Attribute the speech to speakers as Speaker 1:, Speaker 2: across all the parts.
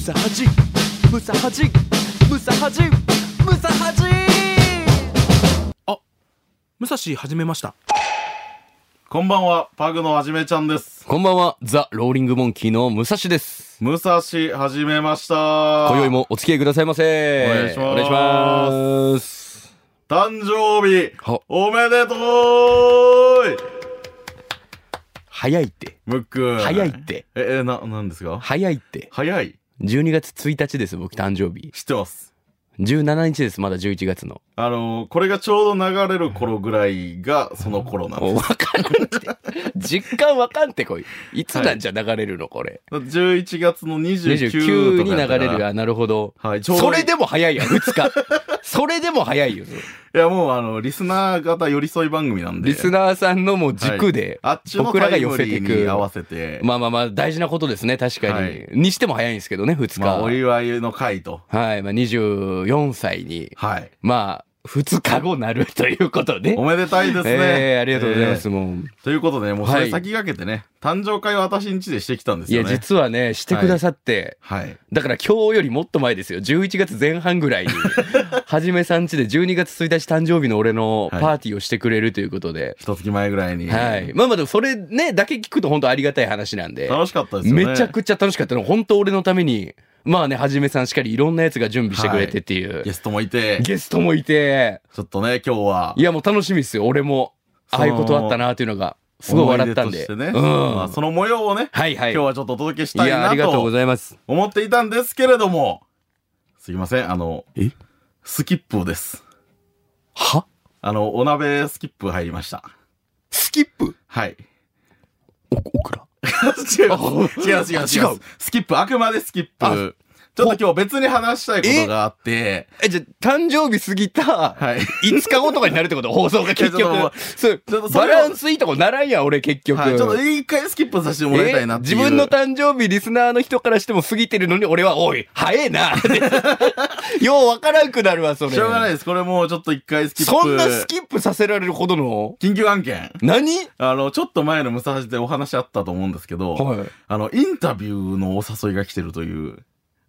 Speaker 1: サハジムサハジムサハジムサハジ
Speaker 2: 武蔵始めました
Speaker 3: こんばんは、パグのはじめちゃんです。
Speaker 4: こんばんは、ザ・ローリング・モンキーの武蔵です。
Speaker 3: 武蔵はじめました。
Speaker 4: 今宵もお付き合いくださいませ。
Speaker 3: お願いします
Speaker 4: お願いします。
Speaker 3: 誕生日
Speaker 4: は、
Speaker 3: おめでとう
Speaker 4: 早いって。
Speaker 3: ムック。
Speaker 4: 早いって。
Speaker 3: え、え、な、なんですか
Speaker 4: 早いって。
Speaker 3: 早い
Speaker 4: 12月1日です、僕誕生日。
Speaker 3: 知ってます。
Speaker 4: 17日です、まだ11月の。
Speaker 3: あの、これがちょうど流れる頃ぐらいがその頃なん
Speaker 4: お
Speaker 3: です。
Speaker 4: わかんって。実感わかんってこい。いつなんじゃ流れるの、これ。
Speaker 3: だって11月の29
Speaker 4: 29
Speaker 3: と
Speaker 4: に
Speaker 3: かや
Speaker 4: 流
Speaker 3: ったら
Speaker 4: れる。あ、なるほど。
Speaker 3: はい、ちょうど
Speaker 4: そ
Speaker 3: いい。
Speaker 4: れでも早いやん、2日。それでも 早いよ。
Speaker 3: いや、もうあの、リスナー型寄り添い番組なんで。
Speaker 4: リスナーさんのもう軸で、
Speaker 3: あっちの
Speaker 4: 僕ら
Speaker 3: タ
Speaker 4: が
Speaker 3: イ
Speaker 4: 寄
Speaker 3: ム
Speaker 4: せて
Speaker 3: リ
Speaker 4: い
Speaker 3: ー
Speaker 4: く
Speaker 3: に。合わせて、
Speaker 4: まあまあまあ、大事なことですね、確かに。
Speaker 3: はい
Speaker 4: にしても早いんですけどね、2日。
Speaker 3: まあ、お祝いの会と。
Speaker 4: はい、まあ、24歳に、
Speaker 3: はい。
Speaker 4: まあ、2日後なるということで。
Speaker 3: おめでたいですね。
Speaker 4: えーありがとうございます、
Speaker 3: え
Speaker 4: もう。
Speaker 3: ーということでね、もうそ
Speaker 4: は
Speaker 3: れ
Speaker 4: い
Speaker 3: 先駆けてね、誕生会を私ん家でしてきたんです
Speaker 4: い
Speaker 3: よ
Speaker 4: や、
Speaker 3: ね。
Speaker 4: 実はね、してくださって、
Speaker 3: はい。
Speaker 4: だから今日よりもっと前ですよ。11月前半ぐ らいに、はじめさんちで12月1日誕生日の俺の
Speaker 3: はい
Speaker 4: パーティーをしてくれるということで。
Speaker 3: 一月前ぐらいに。
Speaker 4: はい。まあまあ、でもそれね、だけ聞くと本当ありがたい話なんで。
Speaker 3: 楽しかったですよね。
Speaker 4: めちゃくちゃ楽しかったの。本当俺のために、まあね、はじめさんしっかりいろんなやつが準備してくれてっていう。
Speaker 3: ゲストもいて、
Speaker 4: ゲストもいて、、
Speaker 3: ちょっとね、今日はい
Speaker 4: やもう楽しみですよ。俺も、
Speaker 3: その
Speaker 4: ああいうことあったなっていうのが、すごい笑ったんで。
Speaker 3: 思い出としてね
Speaker 4: うん。
Speaker 3: まあその模様をね、
Speaker 4: はいはい。
Speaker 3: 今日はちょっとお届けし
Speaker 4: い
Speaker 3: たい
Speaker 4: や、あ
Speaker 3: な
Speaker 4: りがとうご
Speaker 3: と
Speaker 4: ざいます。
Speaker 3: 思っていたんですけれども、すいません、あの、
Speaker 2: え
Speaker 3: スキップです。
Speaker 4: は
Speaker 3: あの、お鍋スキップ入りました。
Speaker 4: スキップ
Speaker 3: はい。
Speaker 4: お、オクラ
Speaker 3: 違う違う違う違う
Speaker 4: 違う
Speaker 3: スキップ、あくまでスキッ
Speaker 4: あ
Speaker 3: プ。ちょっと今日別に話したいことがあって、
Speaker 4: え、じゃあ、誕生日過ぎた、
Speaker 3: はい。
Speaker 4: 5日後とかになるってこと放送が
Speaker 3: い
Speaker 4: 結
Speaker 3: やちょっともう
Speaker 4: 局。そう
Speaker 3: ちょっと、そ
Speaker 4: バ
Speaker 3: れを
Speaker 4: ランスいいとこならんやん、俺結局。
Speaker 3: はい、ちょっと一回スキップさせてもらいたいなっていう。
Speaker 4: え自分の誕生日リスナーの人からしても過ぎてるのに俺は、おい、早え な。ようわからんくなるわ、それ。
Speaker 3: しょうがないです。これもうちょっと一回スキップ。
Speaker 4: そんなスキップさせられるほどの
Speaker 3: 緊急案件。
Speaker 4: 何
Speaker 3: あの、ちょっと前のムサハジでお話あったと思うんですけど、
Speaker 4: はい。
Speaker 3: あの、インタビューのお誘いが来てるという、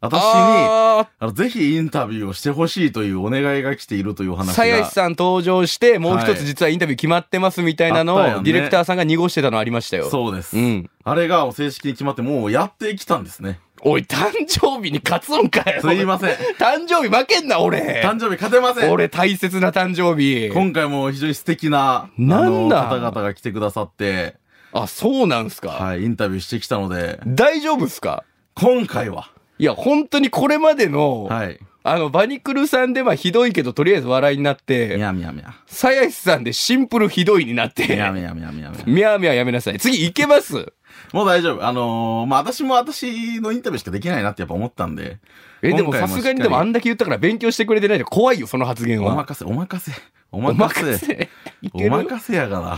Speaker 3: 私に、あ
Speaker 4: あ
Speaker 3: の、ぜひインタビューをしてほしいというお願いが来ているというお
Speaker 4: ー
Speaker 3: 話
Speaker 4: 鞘師
Speaker 3: が。
Speaker 4: さん登場して、もう一
Speaker 3: は
Speaker 4: つ
Speaker 3: い
Speaker 4: 実はインタビュー決まってますみたいなのを、
Speaker 3: あったよね
Speaker 4: ディレクターさんが濁してたのありましたよ。う。
Speaker 3: そうです、
Speaker 4: ん。
Speaker 3: あれが正式に決まって、もうやってきたんですね。
Speaker 4: おい、誕生日に勝つんかよ。
Speaker 3: すいません。
Speaker 4: 誕生日負けんな、俺。
Speaker 3: 誕生日勝てません。
Speaker 4: 俺、大切な誕生日。
Speaker 3: 今回も非常に素敵な、あ
Speaker 4: な
Speaker 3: の
Speaker 4: んだ
Speaker 3: 方々が来てくださって、
Speaker 4: あ、そうなんすか。
Speaker 3: はい、インタビューしてきたので、
Speaker 4: 大丈夫っすか
Speaker 3: 今回は、
Speaker 4: いや、本当にこれまでの、
Speaker 3: はい、
Speaker 4: あの、バニクルさんでまあひどいけど、とりあえず笑いになっ
Speaker 3: み
Speaker 4: て、
Speaker 3: やみやみや。
Speaker 4: 鞘師さんでシンプルひどいになって、
Speaker 3: みやみやみやみやみや。
Speaker 4: みゃーみゃーやめなさい。次いけます
Speaker 3: もう大丈夫。あのーまあ、私も私のインタビューしかできないなってやっぱ思ったんで。
Speaker 4: え、でも
Speaker 3: 今回
Speaker 4: さ
Speaker 3: しっ
Speaker 4: す
Speaker 3: かり
Speaker 4: がにでもあんだけ言ったから勉強してくれてないで怖いよ、その発言
Speaker 3: お
Speaker 4: は。
Speaker 3: 任せ、お任せ。お
Speaker 4: お
Speaker 3: 任せ。
Speaker 4: 任せ。い
Speaker 3: お
Speaker 4: ける
Speaker 3: 任せやから。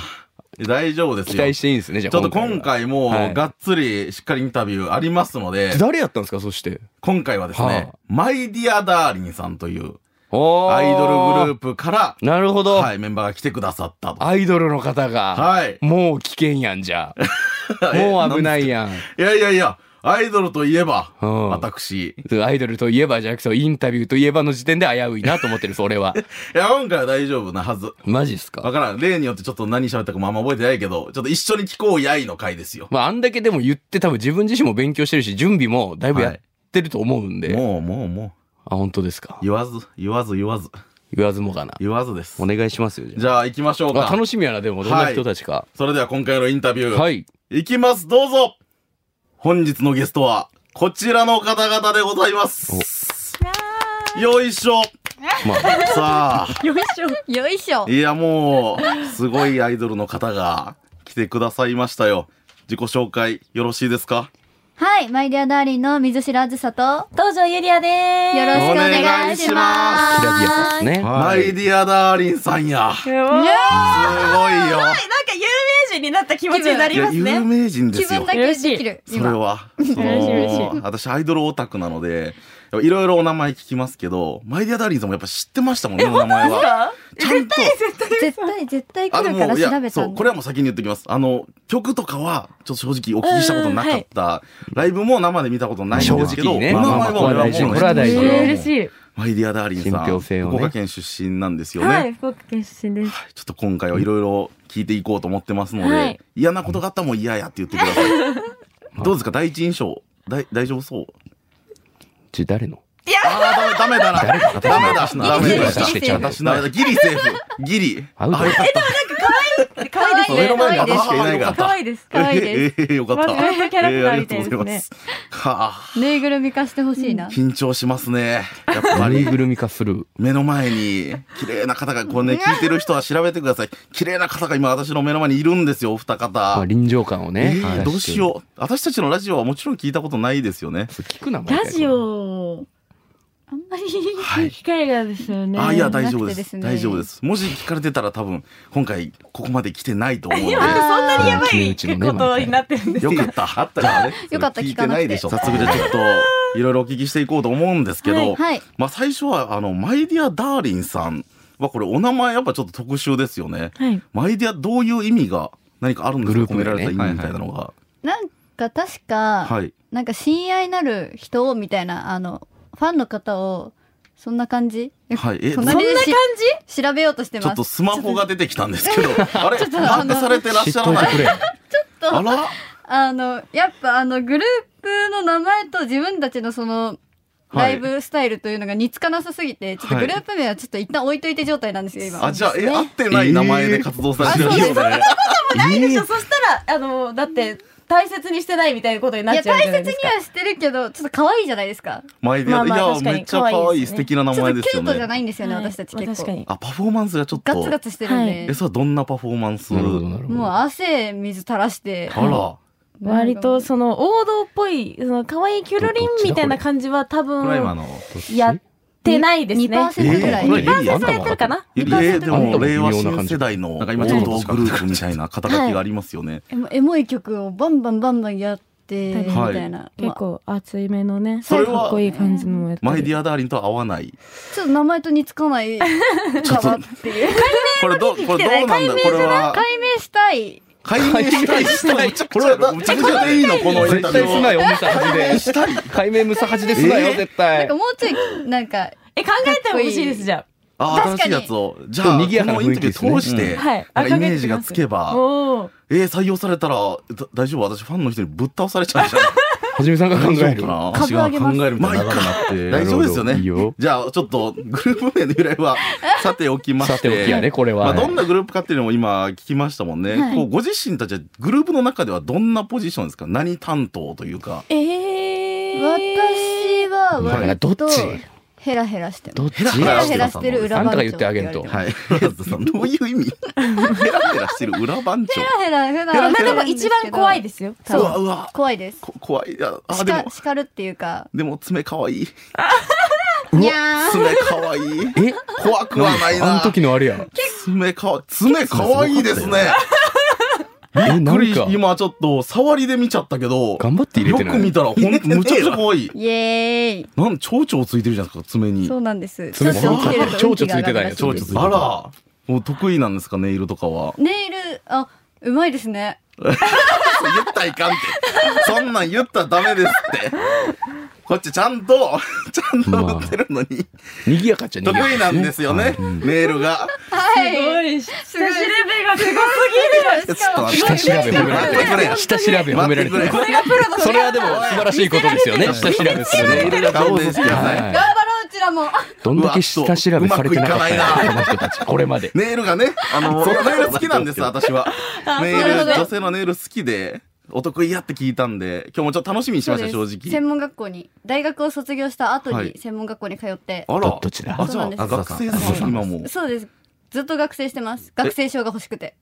Speaker 3: え大丈夫です
Speaker 4: 期
Speaker 3: よ。
Speaker 4: 待
Speaker 3: ち
Speaker 4: していいんですね、じゃあ。
Speaker 3: ょっと今
Speaker 4: は
Speaker 3: 回も
Speaker 4: はいう
Speaker 3: がっつりしっかりインタビューありますので、
Speaker 4: 誰やったんですか、そして。
Speaker 3: 今回はですね
Speaker 4: は、
Speaker 3: マイディアダーリンさんという
Speaker 4: お
Speaker 3: アイドルグルー
Speaker 4: ー
Speaker 3: プから、
Speaker 4: プ。なるほど。
Speaker 3: はい、メンバーが来てくださったと。
Speaker 4: アイドルの方が、
Speaker 3: はい。
Speaker 4: もう危険やんじゃ あ。もう危ないやん。
Speaker 3: いやいやいや、アイドルといえば、
Speaker 4: うん
Speaker 3: 私。
Speaker 4: アイドルといえばじゃなくて、インタビューといえばの時点で危ういなと思ってるんです、俺は。
Speaker 3: いや、今回は大丈夫なはず。
Speaker 4: マジっすか
Speaker 3: わからん。例によってちょっと何喋ったかもあんま覚えてないけど、ちょっと一緒に聞こうやいの回ですよ。
Speaker 4: まあ、あんだけでも言って多分自分自身も勉強してるし、準備もだいぶやってると思うんで。
Speaker 3: もうもうも
Speaker 4: あ、本当ですか
Speaker 3: う。。言わず、言わず言わず、
Speaker 4: 言わずもがな。
Speaker 3: 言わずです
Speaker 4: お。願いしますよ、じゃ
Speaker 3: じゃあ行きましょう
Speaker 4: あ。
Speaker 3: か
Speaker 4: あ。楽しみやな、でも、どんな人たちか。
Speaker 3: それでは今回のインタビュー。。
Speaker 4: はいい。
Speaker 3: 行きます、どうぞ本日のゲストは、こちらの方々でございます。よいしょ
Speaker 4: まあ、
Speaker 3: さあ、
Speaker 5: よいしょ。
Speaker 6: よいしょ
Speaker 3: いやもう、すごいアイドルの方が来てくださいましたよ。自己紹介よろしいですか
Speaker 6: はい、マイディアダーリンの水白あずさと、
Speaker 5: 東条ゆりあでーす。
Speaker 6: よろしくお願いします。
Speaker 4: きらびやかですね。
Speaker 3: マイディアダーリンさんや。す
Speaker 5: く。いやー
Speaker 3: ご
Speaker 5: なん
Speaker 3: いよ。
Speaker 5: か有名人になった気持ちにないりま
Speaker 3: や
Speaker 5: す
Speaker 3: 有
Speaker 5: ね。
Speaker 3: 名人で
Speaker 6: 気
Speaker 3: す
Speaker 6: 分
Speaker 3: よ
Speaker 6: だ。けできる。
Speaker 3: それ
Speaker 6: 今。
Speaker 3: は。そ
Speaker 5: 嬉しい
Speaker 3: の私アイドルオタクなので、いろいろお名前聞きますけど、マイディアダーリンさんもやっぱ知ってましたもんね、お名前は。ちゃんと。
Speaker 6: 絶対、絶対
Speaker 3: あ
Speaker 6: 来
Speaker 3: で
Speaker 6: るか
Speaker 3: も
Speaker 6: ら
Speaker 3: い
Speaker 6: 調
Speaker 3: や
Speaker 6: べ
Speaker 3: そ
Speaker 6: た
Speaker 3: うんこ
Speaker 6: だ。
Speaker 3: れはもう先に言っておきますあの曲とかはちょっと正直お聞きしたことなかったライブも生で見たことないんですけど
Speaker 4: 正直にね
Speaker 3: お名前は俺はもう
Speaker 4: まあまあこれは大事
Speaker 3: これはもう
Speaker 7: 嬉しい。
Speaker 3: マイディアダーリンさん
Speaker 4: 信憑性をね
Speaker 3: 福岡県出身なんですよね、
Speaker 7: はい、福岡県出身です。
Speaker 3: ちょっと今回はいろいろ聞いていこうと思ってますので、
Speaker 7: はい
Speaker 3: 嫌なことがあったらもう嫌やって言ってくださいどうですか第一印象だい大丈夫そう
Speaker 4: ち誰の
Speaker 3: あーダメダメだなダメだダメだ
Speaker 4: 私の
Speaker 3: ダメだ私の間ギリセーフギリ
Speaker 4: アウト
Speaker 3: あよかった
Speaker 5: 可愛いです
Speaker 3: 目
Speaker 5: ね
Speaker 3: の。前に私しかいないから
Speaker 7: 可愛いです。可愛いです。
Speaker 3: えーえーよかった。
Speaker 7: マスコットキャラクターみたいで
Speaker 3: えーありが
Speaker 7: すね
Speaker 3: とうござます。はあ、
Speaker 6: ぬいぐるみ化してほしいな。
Speaker 3: 緊張しますね。やっぱ
Speaker 4: ぬい
Speaker 3: り
Speaker 4: ぐるみ化する
Speaker 3: 目の前に綺麗な方がこうね聞いてる人は調べてください。綺麗な方が今私の目の前にいるんですよ、お二
Speaker 4: ま
Speaker 3: 方
Speaker 4: あ。臨場感を
Speaker 3: え
Speaker 4: ね
Speaker 3: ーどうし
Speaker 4: う
Speaker 3: よう。私たちのラジオはもちろん聞いたことないですよね。
Speaker 4: 聞くな毎回
Speaker 7: ラジオ、あんまり
Speaker 3: はい
Speaker 7: 聞く機会がですよね。
Speaker 3: あいや
Speaker 6: だ
Speaker 3: 大丈夫
Speaker 6: なくて
Speaker 3: で
Speaker 6: ですすね
Speaker 3: 大丈夫です。もし聞かれてたら多分今回ここまで来てないと思うので。
Speaker 5: 今そんなにや ばい
Speaker 4: 決め打ちのね
Speaker 5: ことになってるんです
Speaker 3: よかった。あったらね。
Speaker 6: よかった
Speaker 3: 聞いてないでしょ。
Speaker 6: 聞
Speaker 3: 早速じゃあちょっといろいろお聞きしていこうと思うんですけど、
Speaker 7: はい
Speaker 6: はい。
Speaker 3: まあ最初はあのマイディア・ダーリンさんはこれお名前やっぱちょっと特殊ですよね。
Speaker 7: はい。
Speaker 3: マイディアどういう意味が何かあるんですか
Speaker 4: グループ
Speaker 3: 込め
Speaker 4: 名ね
Speaker 3: られた意味みたいなのが。
Speaker 6: なんか確か、
Speaker 3: はい。
Speaker 6: なんか親愛なる人をみたいな、あの、ファンの方を、そんな感じ
Speaker 3: はい。え、ち
Speaker 6: 隣でし調べようとして
Speaker 3: ょっ
Speaker 6: ます。
Speaker 3: とスマホが出てきたんですけど、あれ
Speaker 6: ちょっと
Speaker 3: バカされてらっ
Speaker 4: 知っ
Speaker 3: しゃ
Speaker 4: と
Speaker 3: ら
Speaker 4: い
Speaker 3: な
Speaker 4: てく
Speaker 3: い
Speaker 4: れ
Speaker 3: あら
Speaker 6: あの、やっぱあの、グループの名前と自分たちのその、
Speaker 3: は
Speaker 6: ラ
Speaker 3: い
Speaker 6: イブスタイルというのが似つかなさすぎて、ちょっとグループ名はちょっと一旦置いといて状態なんですよ、今。
Speaker 3: あ、じゃあ、え、合ってない名前で活動されてるん
Speaker 6: えー
Speaker 3: ですね。
Speaker 5: ないでしょ。そしたら、あの、だって、大切にしてないみたいなことに
Speaker 6: い
Speaker 5: なっ
Speaker 6: や、
Speaker 5: ちゃうじ
Speaker 6: 大
Speaker 5: ゃないで
Speaker 6: 切に
Speaker 5: すか。
Speaker 6: はしてるけど、ちょっと可愛いじゃないですか。
Speaker 3: マイディア、
Speaker 5: まあまあ
Speaker 3: い
Speaker 5: 確
Speaker 3: や、
Speaker 5: かに
Speaker 3: めっちゃ可
Speaker 5: 可愛
Speaker 3: 愛
Speaker 5: い
Speaker 3: い
Speaker 5: ですね
Speaker 3: 素敵な名
Speaker 6: ちょっ
Speaker 3: 前
Speaker 6: と
Speaker 3: で
Speaker 6: キ
Speaker 3: す
Speaker 6: ュ
Speaker 3: よ
Speaker 6: ートじゃ
Speaker 3: ね。
Speaker 6: ないんですよね、
Speaker 7: はい
Speaker 6: 私たち結
Speaker 7: 確か
Speaker 6: 構。
Speaker 7: に。
Speaker 3: あ、パフォーマンスがちょっ
Speaker 6: ガツガ
Speaker 3: と。
Speaker 6: ツしてるん
Speaker 7: はい
Speaker 6: で
Speaker 3: え、。それはどんなパフォーマンス
Speaker 4: なるほどなるほど
Speaker 6: もう汗水垂らして。
Speaker 3: あら。
Speaker 7: 割とその王道っぽい、その可愛いキュルリンみたいな感じは多
Speaker 3: クライマー
Speaker 7: 分
Speaker 3: の。
Speaker 7: やってないですね。
Speaker 6: 2%ぐらい。
Speaker 3: えー
Speaker 6: う
Speaker 3: これエ
Speaker 6: ん
Speaker 3: リア
Speaker 7: 2%やってるかな
Speaker 3: え
Speaker 7: 2%
Speaker 3: ーでも令和
Speaker 4: 微妙な
Speaker 3: 新
Speaker 4: 感じ
Speaker 3: 世代のなんか今ちょっと
Speaker 4: 王道
Speaker 3: グループみたいな肩書きがありますよね。
Speaker 6: エモエモい曲をバンバンバンバンやって、み
Speaker 7: はい
Speaker 6: たいな。ま
Speaker 7: 結
Speaker 6: あ
Speaker 7: 構熱いめのね、
Speaker 3: それは
Speaker 7: かっこいい感じのもやって
Speaker 3: マイデ
Speaker 7: る。
Speaker 3: ィアダーリンとは合わない。
Speaker 6: ちょっと名前と似つかないかなっていう。
Speaker 3: これどうこれどうなんだこれは
Speaker 6: 解明したい。
Speaker 3: 解明したいしたい。これはむちゃくちゃでいいのこのインタ
Speaker 4: 絶
Speaker 3: ビュ
Speaker 4: 対すな
Speaker 3: ー。
Speaker 4: よムサハジで
Speaker 3: したい。
Speaker 4: 解明ムサハジですな
Speaker 3: え
Speaker 4: よ
Speaker 3: ー
Speaker 4: 絶
Speaker 6: なん
Speaker 4: 対
Speaker 6: かもうちょい、なんか、
Speaker 5: え、考えても欲しいです、じゃ
Speaker 3: あ
Speaker 6: 確
Speaker 3: 新
Speaker 6: か
Speaker 3: しい
Speaker 6: に
Speaker 3: やつをじ
Speaker 4: ち
Speaker 3: ゃ
Speaker 4: ょっ
Speaker 3: あ
Speaker 4: と賑やかな
Speaker 3: このインタビュー
Speaker 4: 雰囲
Speaker 3: 通し
Speaker 4: 気ですね
Speaker 3: て
Speaker 5: うんはい
Speaker 3: なんかイメージがつけ
Speaker 5: あ。
Speaker 3: ば
Speaker 5: おお。
Speaker 3: えー採用されたらだ大丈夫私ファンの人にぶっ倒されちゃうんじゃない
Speaker 4: はじめさんが考える
Speaker 3: 大丈夫かな
Speaker 6: 株上げます。
Speaker 2: えるみたいな流れになって
Speaker 3: 大丈夫ですよ
Speaker 4: いい
Speaker 3: ね
Speaker 4: よ。
Speaker 3: じゃあちょっとグループ名の由来 はさておきま
Speaker 4: さ
Speaker 3: して
Speaker 4: おきやねこれ
Speaker 3: ま
Speaker 4: は
Speaker 3: あ、どんなグループかっていうのも今聞きましたもんね、
Speaker 6: はい
Speaker 3: こうご自身たちはグループの中ではどんなポジションですか何担当というか
Speaker 7: えー。
Speaker 6: 私は
Speaker 4: だから
Speaker 6: 割
Speaker 4: どっち
Speaker 6: と、ヘラヘラしてます。
Speaker 4: どっち
Speaker 6: ヘラ
Speaker 3: ラ
Speaker 6: ヘラしてる裏
Speaker 4: あん
Speaker 6: 番長。
Speaker 4: たが言ってあげんと
Speaker 3: はい平田さん どういう意味ヘラヘラしてる裏番長
Speaker 6: ヘラヘラ、普段
Speaker 5: まあでも一番怖い
Speaker 6: で
Speaker 5: ですよ。
Speaker 6: そう
Speaker 3: うわうわ
Speaker 6: す。怖いです。
Speaker 3: こ怖いいやあで
Speaker 6: 叱
Speaker 3: も
Speaker 6: 叱るっていうか、
Speaker 3: でも爪かわいい
Speaker 6: にゃーん。
Speaker 3: 爪かわいい
Speaker 4: え
Speaker 3: 怖くはない
Speaker 4: あ
Speaker 3: な
Speaker 4: の時のあれやん
Speaker 3: 爪かわ爪かわいいですね
Speaker 4: え
Speaker 3: びっ
Speaker 4: な
Speaker 3: く
Speaker 4: ん
Speaker 3: り
Speaker 4: か
Speaker 3: 今ちょっと触りで見ちゃったけど
Speaker 4: 頑張って入れてな
Speaker 3: よく
Speaker 4: い
Speaker 3: 見たらほんとむちゃくちゃ可愛 い
Speaker 6: イエー
Speaker 3: なん蝶々ついてるじゃないですか爪に
Speaker 6: イ。そうなんです。
Speaker 4: 爪
Speaker 6: ちょっと切れると
Speaker 4: 蝶々
Speaker 6: 運気が上がるらし
Speaker 4: 蝶
Speaker 6: い
Speaker 4: 々
Speaker 6: です
Speaker 4: ついてた
Speaker 3: あら、もう得意なんですか、ネイルとかは。
Speaker 6: ネイル、あ、うまいですね。
Speaker 3: 言ったらいかんって。そんなん言ったらダメですって。こっちちゃんと、 ちゃんと売ってるのに、
Speaker 4: 賑やかっちゃ賑や
Speaker 3: 得
Speaker 4: か
Speaker 3: 意なんですよね、ネイルが。
Speaker 6: はい。
Speaker 5: い。下
Speaker 6: すごい
Speaker 5: 調べがすごすぎる。
Speaker 3: ちょっと待って
Speaker 4: 下調べ褒めら
Speaker 3: 待ってく
Speaker 4: れ
Speaker 3: れ
Speaker 4: てる下調べ褒められてる
Speaker 3: 待って
Speaker 4: それはでも素晴らしいことですよね下調べする
Speaker 3: ネイル
Speaker 4: ね
Speaker 3: が顔ですけどね。
Speaker 6: 頑張ろう、うちらも。
Speaker 4: どんだけ下調べされてなかったんや
Speaker 3: う
Speaker 4: この人たちこれまで
Speaker 3: ネイルがね、あの、ネイル好きなんです、私は。ネイル、女性のネイル好きで、お得意やって聞いたんで、今日もちょっと楽しみにしました、
Speaker 6: そう
Speaker 3: 正
Speaker 6: です
Speaker 3: 直。
Speaker 6: 専門学校に大学を卒業した後
Speaker 3: はい
Speaker 6: に専門学校に通って、
Speaker 3: あら
Speaker 4: ど、どちら
Speaker 3: あ、じゃあ、
Speaker 6: そうなんです
Speaker 3: 学生さん、今もう。
Speaker 6: そうですずっと学生してます学生証が欲しくて